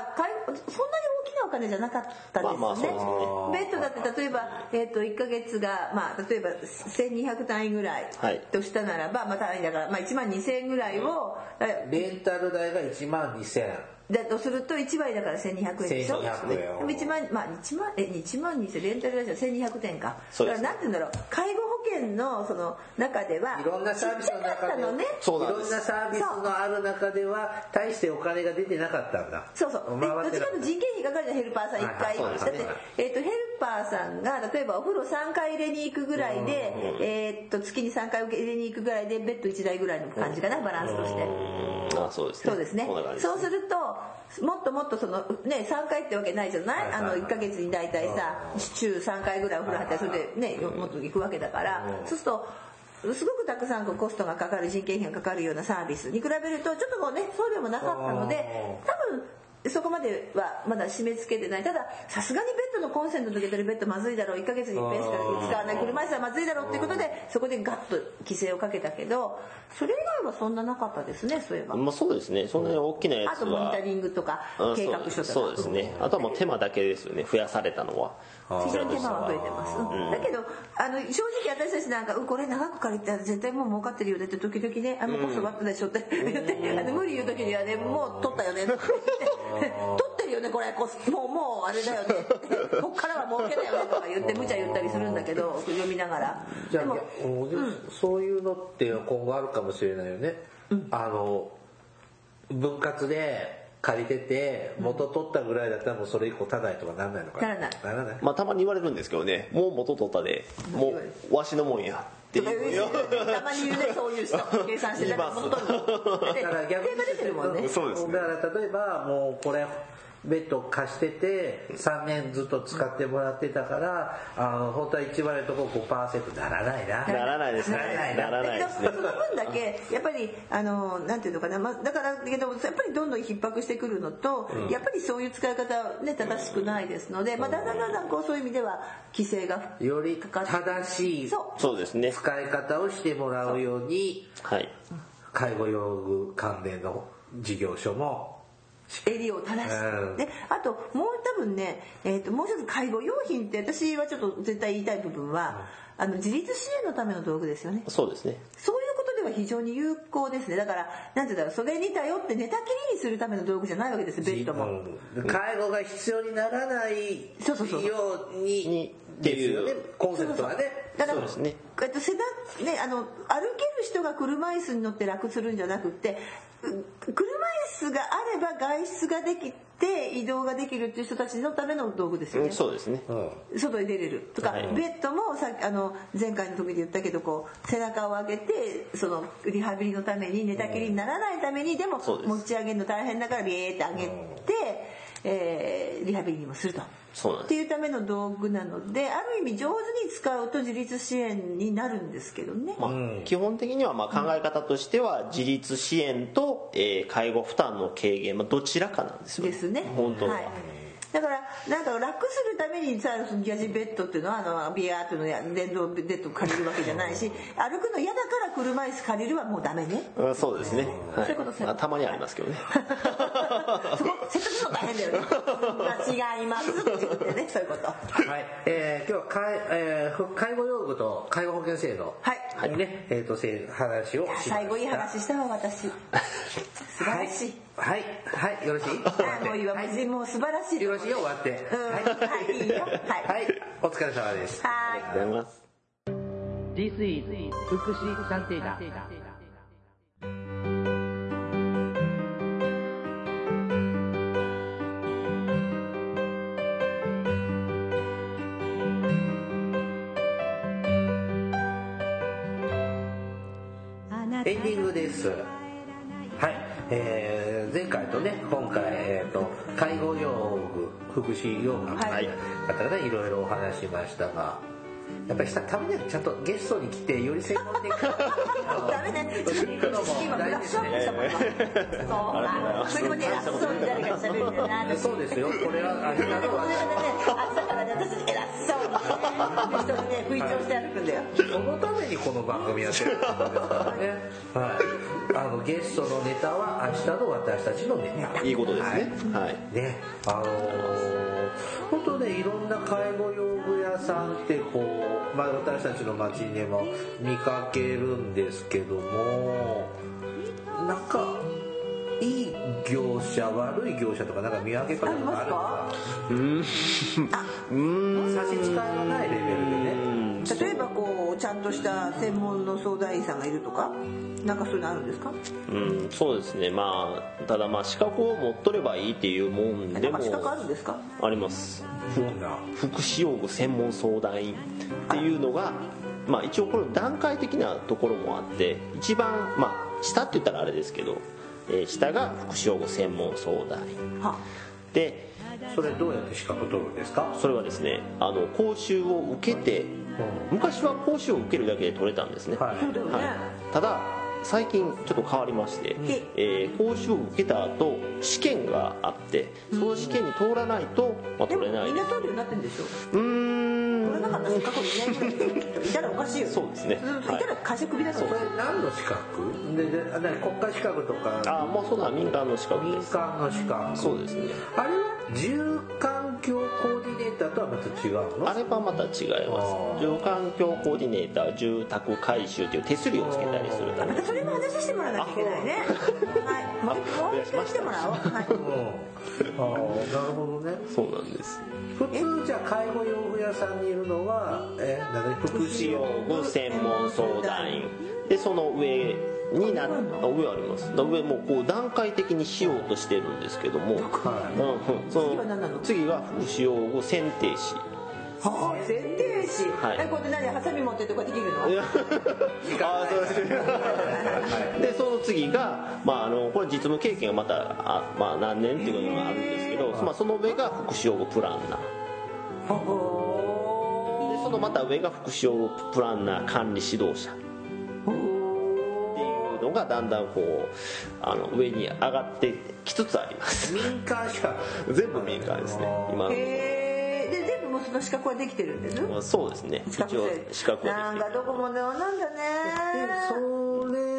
Speaker 2: 大きなお金じゃなかったですね,、
Speaker 3: まあまあそうですね
Speaker 2: ベッドだって例えば、えー、と1ヶ月が、まあ、例えば1200単位ぐらい
Speaker 3: はい
Speaker 2: としたならば、まあ単位だから、まあ、1万2000円ぐらいを、だから
Speaker 1: レンタル代が1万2000
Speaker 2: だとすると1割だから1200円でしょ
Speaker 1: 1200円
Speaker 2: でも1万まあ1万え1万2000レンタル会社1200円か
Speaker 3: そうです
Speaker 2: だからなんて言うんだろう介護保険のその中ではい
Speaker 1: ろんなサービスの
Speaker 2: ちっちゃか
Speaker 1: 中
Speaker 2: っ
Speaker 1: で
Speaker 2: たのね
Speaker 3: そう
Speaker 1: い
Speaker 3: なん
Speaker 1: ろ
Speaker 3: で
Speaker 1: ん
Speaker 3: す
Speaker 1: なサービスのある中では大してお金が出てなかったんだ
Speaker 2: そうそうでど
Speaker 1: 回
Speaker 2: っ
Speaker 1: って
Speaker 2: ち
Speaker 1: なか
Speaker 2: かと
Speaker 1: った
Speaker 2: いうと人件費かかるじゃんヘルパーさん1回、
Speaker 1: はいはい
Speaker 2: だ
Speaker 1: そ
Speaker 2: っ
Speaker 1: う
Speaker 2: て
Speaker 1: ですね、
Speaker 2: えっとヘルパーさんが例えばお風呂3回入れに行くぐらいで、えっと月に3回入れに行くぐらいでベッド1台ぐらいの感じかなバランスとして。
Speaker 3: あそうですね
Speaker 2: そうですね
Speaker 3: こんな感。じ
Speaker 2: そうすると、もっともっとその、ね、3回ってわけないじゃない
Speaker 1: はいは
Speaker 2: あ
Speaker 1: いはい
Speaker 2: の、1ヶ月に大体さ、週3回ぐらいお風呂入ったり、それでね、もっと行くわけだから、そうすると、すごくたくさんこうコストがかかる、人件費がかかるようなサービスに比べると、ちょっとこうね、そうでもなかったので、多分、そこまではまだ締め付けてない。ただ、さすがにベッドのコンセント抜けてるベッドまずいだろう。1ヶ月に1遍しか使わない。車椅子はまずいだろうっていうことで、そこでガッと規制をかけたけど、それ以外はそんななかったですね、そういえば。
Speaker 3: まあ、そうですねそんなに大きなや
Speaker 2: あ
Speaker 3: つ
Speaker 2: とモニ
Speaker 3: は
Speaker 2: タリングとか
Speaker 3: うん
Speaker 2: 計画書とか
Speaker 3: そうですねあとはもう手間だけですよね増やされたのは
Speaker 2: 非常に手間は増えてます、うんだけどあの正直私たちなんか「うんこれ長く借りたら絶対もう儲かってるよね」って時々ね「あもうコストばったでしょ」って言ってあの無理言う時にはね「もう取ったよね」 って言って「取ってるよねこれコスもうもうあれだよね」 ってこっからは儲けだよね」とか言って無茶言ったりするんだけど読みながら
Speaker 1: じゃあ
Speaker 2: でも
Speaker 1: おでもそういうのって今後あるかもしれないよね、あの分割で借りてて元取ったぐらいだったらもうそれ以降たないとかなんないのか
Speaker 2: ならない
Speaker 1: ならない
Speaker 3: まあたまに言われるんですけどねもう元取ったでもうわしのもんやって
Speaker 2: とか言う
Speaker 3: いう
Speaker 2: 人たまに言うねそういう人計算してなんか元取るのだっ て
Speaker 1: だから逆
Speaker 2: 手が出てるもんね
Speaker 1: に
Speaker 3: そうですね
Speaker 1: だから例えばもうこれベッド貸してて3年ずっと使ってもらってたからあの本当は1割のとこ5%ならないな
Speaker 3: ならないですね
Speaker 1: ならない
Speaker 3: ならない
Speaker 2: だ
Speaker 3: で
Speaker 2: け
Speaker 3: す
Speaker 2: ど
Speaker 3: ね
Speaker 2: その分だけやっぱりあのなんていうのかな、まあ、だからだけどやっぱりどんどん逼迫してくるのと、やっぱりそういう使い方ね正しくないですので、まあ、だんだんだんだんこうそういう意味では規制が
Speaker 1: より
Speaker 2: かかって
Speaker 1: 正しい
Speaker 2: そう
Speaker 3: そうですね
Speaker 1: 使い方をしてもらうように
Speaker 3: はい
Speaker 1: 介護用具関連の事業所も
Speaker 2: 襟を正して、
Speaker 1: うん
Speaker 2: であともう多分ね、えー、ともう一つ介護用品って私はちょっと絶対言いたい部分は、あの自立支援のための道具ですよね
Speaker 3: そうですね
Speaker 2: そういうことでは非常に有効ですねだからなんていうんだろうそれに頼って寝たきりにするための道具じゃないわけですベッドも。
Speaker 1: うん介護が必要にならないよ
Speaker 2: そうそうそう
Speaker 1: うに
Speaker 3: に
Speaker 1: ですよね
Speaker 3: ってい
Speaker 1: コンセプトはね
Speaker 2: だから
Speaker 3: そうですね
Speaker 2: えっと、背だね、あの歩ける人が車椅子に乗って楽するんじゃなくってう車椅子があれば外出ができて移動ができるっていう人たちのための道具ですよ
Speaker 3: う
Speaker 2: ね
Speaker 3: ん。そうですね
Speaker 1: うん
Speaker 2: 外に出れるとか、
Speaker 3: はい
Speaker 2: ベッドもさあの前回の時で言ったけどこう背中を上げてそのリハビリのために寝たきりにならないために、でも
Speaker 3: そうです
Speaker 2: 持ち上げるの大変だからビエーって上げて、えーリハビリにもすると。
Speaker 3: そうなん
Speaker 2: っ
Speaker 3: で
Speaker 2: て
Speaker 3: す
Speaker 2: いうための道具なのである意味上手に使うと自立支援になるんですけどね。
Speaker 3: まあ基本的にはまあ考え方としては自立支援と、えー介護負担の軽減、まあ、どちらかなんですよ
Speaker 2: ですね。
Speaker 3: 本当は、
Speaker 2: いだからなんか楽するためにさそのギャジベッドっていうのはあのビアーっていうのや電動ベッド借りるわけじゃないし歩くの嫌だから車椅子借りるはもうダ メね
Speaker 3: うん、そうですね、は
Speaker 2: そういうことそういうこと
Speaker 3: まあたまにありますけど ね
Speaker 2: そこ説明するの大変だよね間違いますって言ってねそういうこと
Speaker 1: はい、えー今日は介,、えーふ介護用具と介護保険制度
Speaker 2: はい
Speaker 1: にね、えー、とせい話をしました
Speaker 2: 最後いい話したわ私素晴らしい、
Speaker 1: はいはい、はい、よろしい
Speaker 2: ああもういいわ、
Speaker 1: はい
Speaker 2: もう素晴 らしい
Speaker 1: よろしいよ終わって
Speaker 2: うんはいいいよはい
Speaker 1: はい、お疲れ様です
Speaker 2: はーい
Speaker 3: ありがとうございます
Speaker 4: This is 福祉探偵団
Speaker 1: エンディングです。はい、えー前回とね、今回、えーと、介護用具、福祉用具の方
Speaker 2: はい
Speaker 1: 々ね、いろいろお話しましたが、やっぱりさ、ためにはちゃんとゲストに来て、より専門的にあの
Speaker 2: ダメね。ちょっと今ブラッシュアップしたもん今。そうなん。それもね、偉そうに誰かに喋るんだよな。
Speaker 1: そうですよ、これは、あ
Speaker 2: これ
Speaker 1: な
Speaker 2: がね
Speaker 1: たの、
Speaker 2: 朝からね、私偉そうにね、人にね、吹聴して歩くんだよ。
Speaker 1: そのためにこの番組やってるんですからね。はい。あの、ゲストのネタは明日の私たちのネタ。
Speaker 3: いいことですねはい、
Speaker 1: ねあのー、本当ねいろんな介護用具屋さんってこう、まあ、私たちの街にも見かけるんですけどもなんかいい業者悪い業者とかなんか見分け方とかあるのかうん差し支えのないレベルでね
Speaker 2: 例えばこうちゃんとした専門の相談員さんがいるとか、なんかそういうのあるんですか？
Speaker 3: うん、そうですねまあただまあ資格を持っとればいいっていうもんで
Speaker 2: なん
Speaker 3: も
Speaker 2: か資格あるんですか？
Speaker 3: あります
Speaker 1: どんな
Speaker 3: 福祉用具専門相談員っていうのが、まあ、一応これ段階的なところもあって一番、まあ、下って言ったらあれですけど、えー下が福祉用具専門相談員
Speaker 2: は。
Speaker 3: で
Speaker 1: それどうやって資格取るんですか
Speaker 3: それはですねあの講習を受けて昔は講習を受けるだけで取れたんですね、
Speaker 1: はい
Speaker 2: そうだよね。
Speaker 3: はいただ最近ちょっと変わりまして
Speaker 2: え、
Speaker 3: えー講習を受けた後試験があってその試験に通らないと、まあ、
Speaker 2: で
Speaker 3: 取
Speaker 2: も
Speaker 3: れない
Speaker 2: みん
Speaker 3: で
Speaker 2: な
Speaker 3: す
Speaker 2: 取るようになってんでしょ？
Speaker 3: うーん
Speaker 2: 取らなかった人過去にいないぐらいいたらおかしいよ。
Speaker 3: そうですね
Speaker 2: んいたら会社クビだか
Speaker 1: そ
Speaker 2: ら
Speaker 1: れ。何の資格でであ何国家資格とか
Speaker 3: ああもうそうだ民間の資格
Speaker 1: 民
Speaker 3: です
Speaker 1: 間の資格
Speaker 3: そうですね
Speaker 1: あれは住環境コーディネーターとはまた違うの
Speaker 3: あれはまた違い
Speaker 1: あー
Speaker 3: ます住環境コーディネーター住宅改修という手すりをつけたりするため
Speaker 2: またそれも話してもらわなきゃいけないね。はい、もう一回来てもらおう。はい。
Speaker 1: うんああなるほどね
Speaker 3: そうなんです
Speaker 1: 普通じゃあ介護用具屋さんにいるのはえ何福祉
Speaker 3: 使
Speaker 1: 用
Speaker 3: 用具専門相談員でその上になあ上あります上もうこう段階的にしようとしてるんですけど
Speaker 1: は
Speaker 3: も、
Speaker 1: い
Speaker 3: うんうんその
Speaker 2: 次は何なの
Speaker 3: 次が福祉用具選定士
Speaker 2: はあ剪定師、
Speaker 3: はい
Speaker 2: えこうやって何ハサミ持ってってこうやって切るの
Speaker 3: あーそうですでその次が、まあ、あのこれ実務経験がまたあ、まあ、何年っていうのがあるんですけど、まあ、その上が福祉用語プランナーでそのまた上が福祉用語プランナー管理指導者っていうのがだんだんこうあの上に上がってきつつあります
Speaker 1: 民間しか
Speaker 3: 全部民間ですね今の
Speaker 2: へえで全部もうその資格はできてるんです
Speaker 3: まあそうですね一応資格
Speaker 2: な
Speaker 3: は
Speaker 2: ん
Speaker 3: でき
Speaker 2: か
Speaker 3: て
Speaker 2: どこもねなんだ
Speaker 1: で
Speaker 2: ね
Speaker 1: それ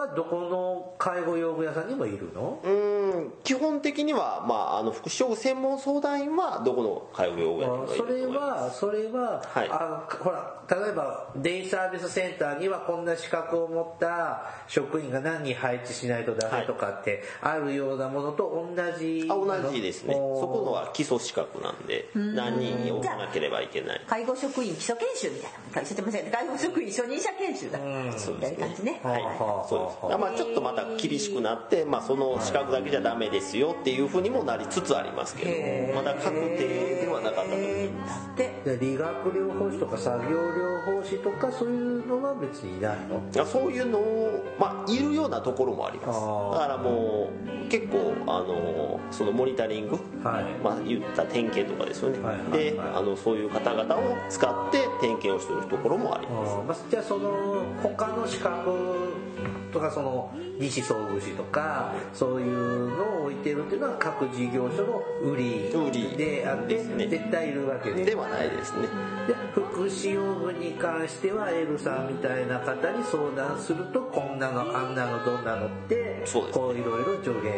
Speaker 1: はどこの介護用具屋さんにもいるの
Speaker 3: うーん基本的には、まあ、あの福祉用具専門相談員はどこの介護用具やってもいいと
Speaker 1: そ
Speaker 3: 思い
Speaker 1: れ
Speaker 3: ます
Speaker 1: はそれは、
Speaker 3: はい
Speaker 1: あほら例えばデイサービスセンターにはこんな資格を持った職員が何人配置しないとダメとかってあるようなものと同じなの、
Speaker 3: あ同じですねそ
Speaker 1: おー
Speaker 3: このは基礎資格なんで何人に置かなければいけない
Speaker 2: 介護職員基礎研修みたいなすいません介護職員初任者研修だみたいな感じね
Speaker 1: は
Speaker 3: はいい
Speaker 1: は、い
Speaker 3: そうですだからまあちょっとまた厳しくなって、まあ、その資格だけじゃダメですよっていうふうにもなりつつありますけどまだ確定ではなかったと思います
Speaker 2: で
Speaker 1: で理学療法士とか作業療法士とかそういうのは別にいないの
Speaker 3: あそういうのを、まあ、いるようなところもあります
Speaker 1: あー
Speaker 3: だからもう結構あのそのモニタリング、
Speaker 1: はい
Speaker 3: まあ、言った点検とかですよね、
Speaker 1: はいはい
Speaker 3: で
Speaker 1: はい
Speaker 3: あのそういう方々を使って点検をしているところもあり
Speaker 1: あ
Speaker 3: ます
Speaker 1: ーまあ、じゃあその他の資格とかその技師総務士とかそういうのを置いてるっていうのは各事業所の売
Speaker 3: 売り
Speaker 1: りであって
Speaker 3: ですね
Speaker 1: 絶対いるわけで
Speaker 3: ではないですね
Speaker 1: で福祉用具に関してはエルさんみたいな方に相談するとこんなのあんなのどんなのって
Speaker 3: そうですね
Speaker 1: こういろいろ助言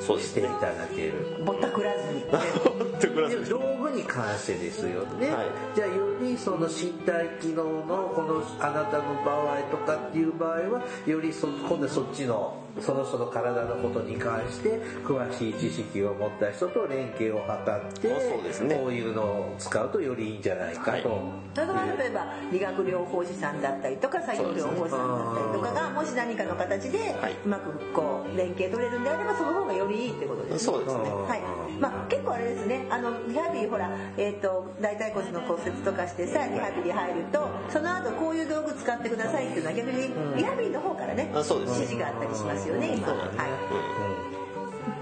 Speaker 3: そうで
Speaker 1: し
Speaker 3: す
Speaker 1: てい
Speaker 3: ね
Speaker 1: ただける。
Speaker 2: ぼったくらずに
Speaker 3: ってくら
Speaker 1: でも道具に関してですよね、
Speaker 3: はい
Speaker 1: じゃあよりその身体機能のこのあなたの場合とかっていう場合はよりそ今度はそっちのその人の体のことに関して詳しい知識を持った人と連携を図って
Speaker 3: あそうですね
Speaker 1: こういうのを使うとよりいいんじゃないかと、
Speaker 3: はい
Speaker 2: だから例えば理学療法士さんだったりとか作業療法士さんだったりとかがもし何かの形で
Speaker 3: はいう
Speaker 2: まくこう連携取れるんであればその方がよりいいってことですね
Speaker 3: そうですね
Speaker 2: はいまあ、結構あれですねあのリハビリほら、えー、と大腿骨の骨折とかしてさリハビリ入るとその後こういう道具使ってくださいっていうのは逆にリハビリの方からね
Speaker 3: あそうです
Speaker 2: 指示があったりしますよね今、は
Speaker 1: うん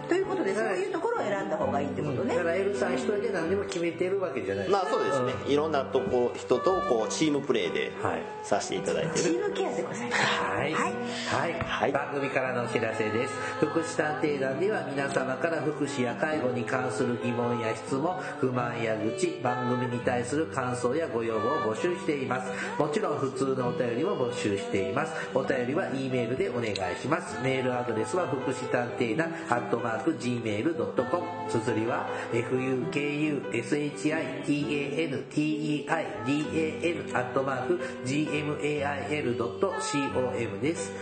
Speaker 2: い、ということでそういうところを選んだ方がいいってこと
Speaker 1: だ
Speaker 2: ね
Speaker 1: からエルさん一人で何でも決めてるわけじゃない
Speaker 3: まあそうですね、いろんなとこ人とこうチームプレーで
Speaker 1: はい
Speaker 3: させていただいて
Speaker 2: チ
Speaker 3: る、
Speaker 2: ームケアでございます
Speaker 1: はい、
Speaker 2: はい
Speaker 1: はい
Speaker 3: はい
Speaker 1: 番組からのお知らせです福祉探偵団では皆様から福祉や介護に関する疑問や質問不満や愚痴番組に対する感想やご要望を募集していますもちろん普通のお便りも募集していますお便りは E メールでお願いしますメールアドレスは福祉探偵団アットマーク Gmail.com 綴りは fukushitanteidan アットマーク gmail.com です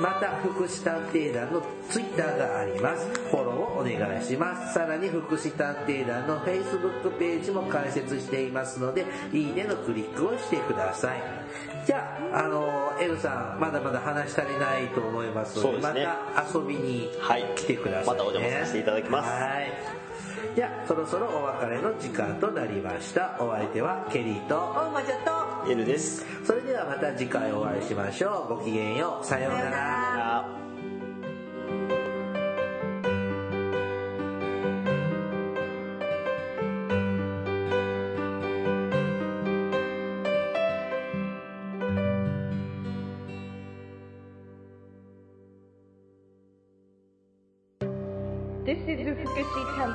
Speaker 1: また福祉探偵団のツイッターがありますフォローをお願いしますさらに福祉探偵団の Facebook ページも開設していますのでいいねのクリックをしてくださいじゃああのエルさんまだまだ話し足りないと思いますので
Speaker 3: そうですね
Speaker 1: また遊びに
Speaker 3: はい
Speaker 1: 来てください、ね
Speaker 3: またお邪魔させていただきます
Speaker 1: はいじゃあそろそろお別れの時間となりましたお相手はケリーと
Speaker 2: 大間ちょっと
Speaker 3: N です
Speaker 1: それではまた次回お会いしましょうごきげんようさようなら
Speaker 3: あー
Speaker 4: 福祉探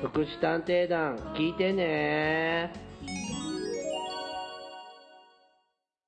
Speaker 5: 福祉探偵団聞いてねー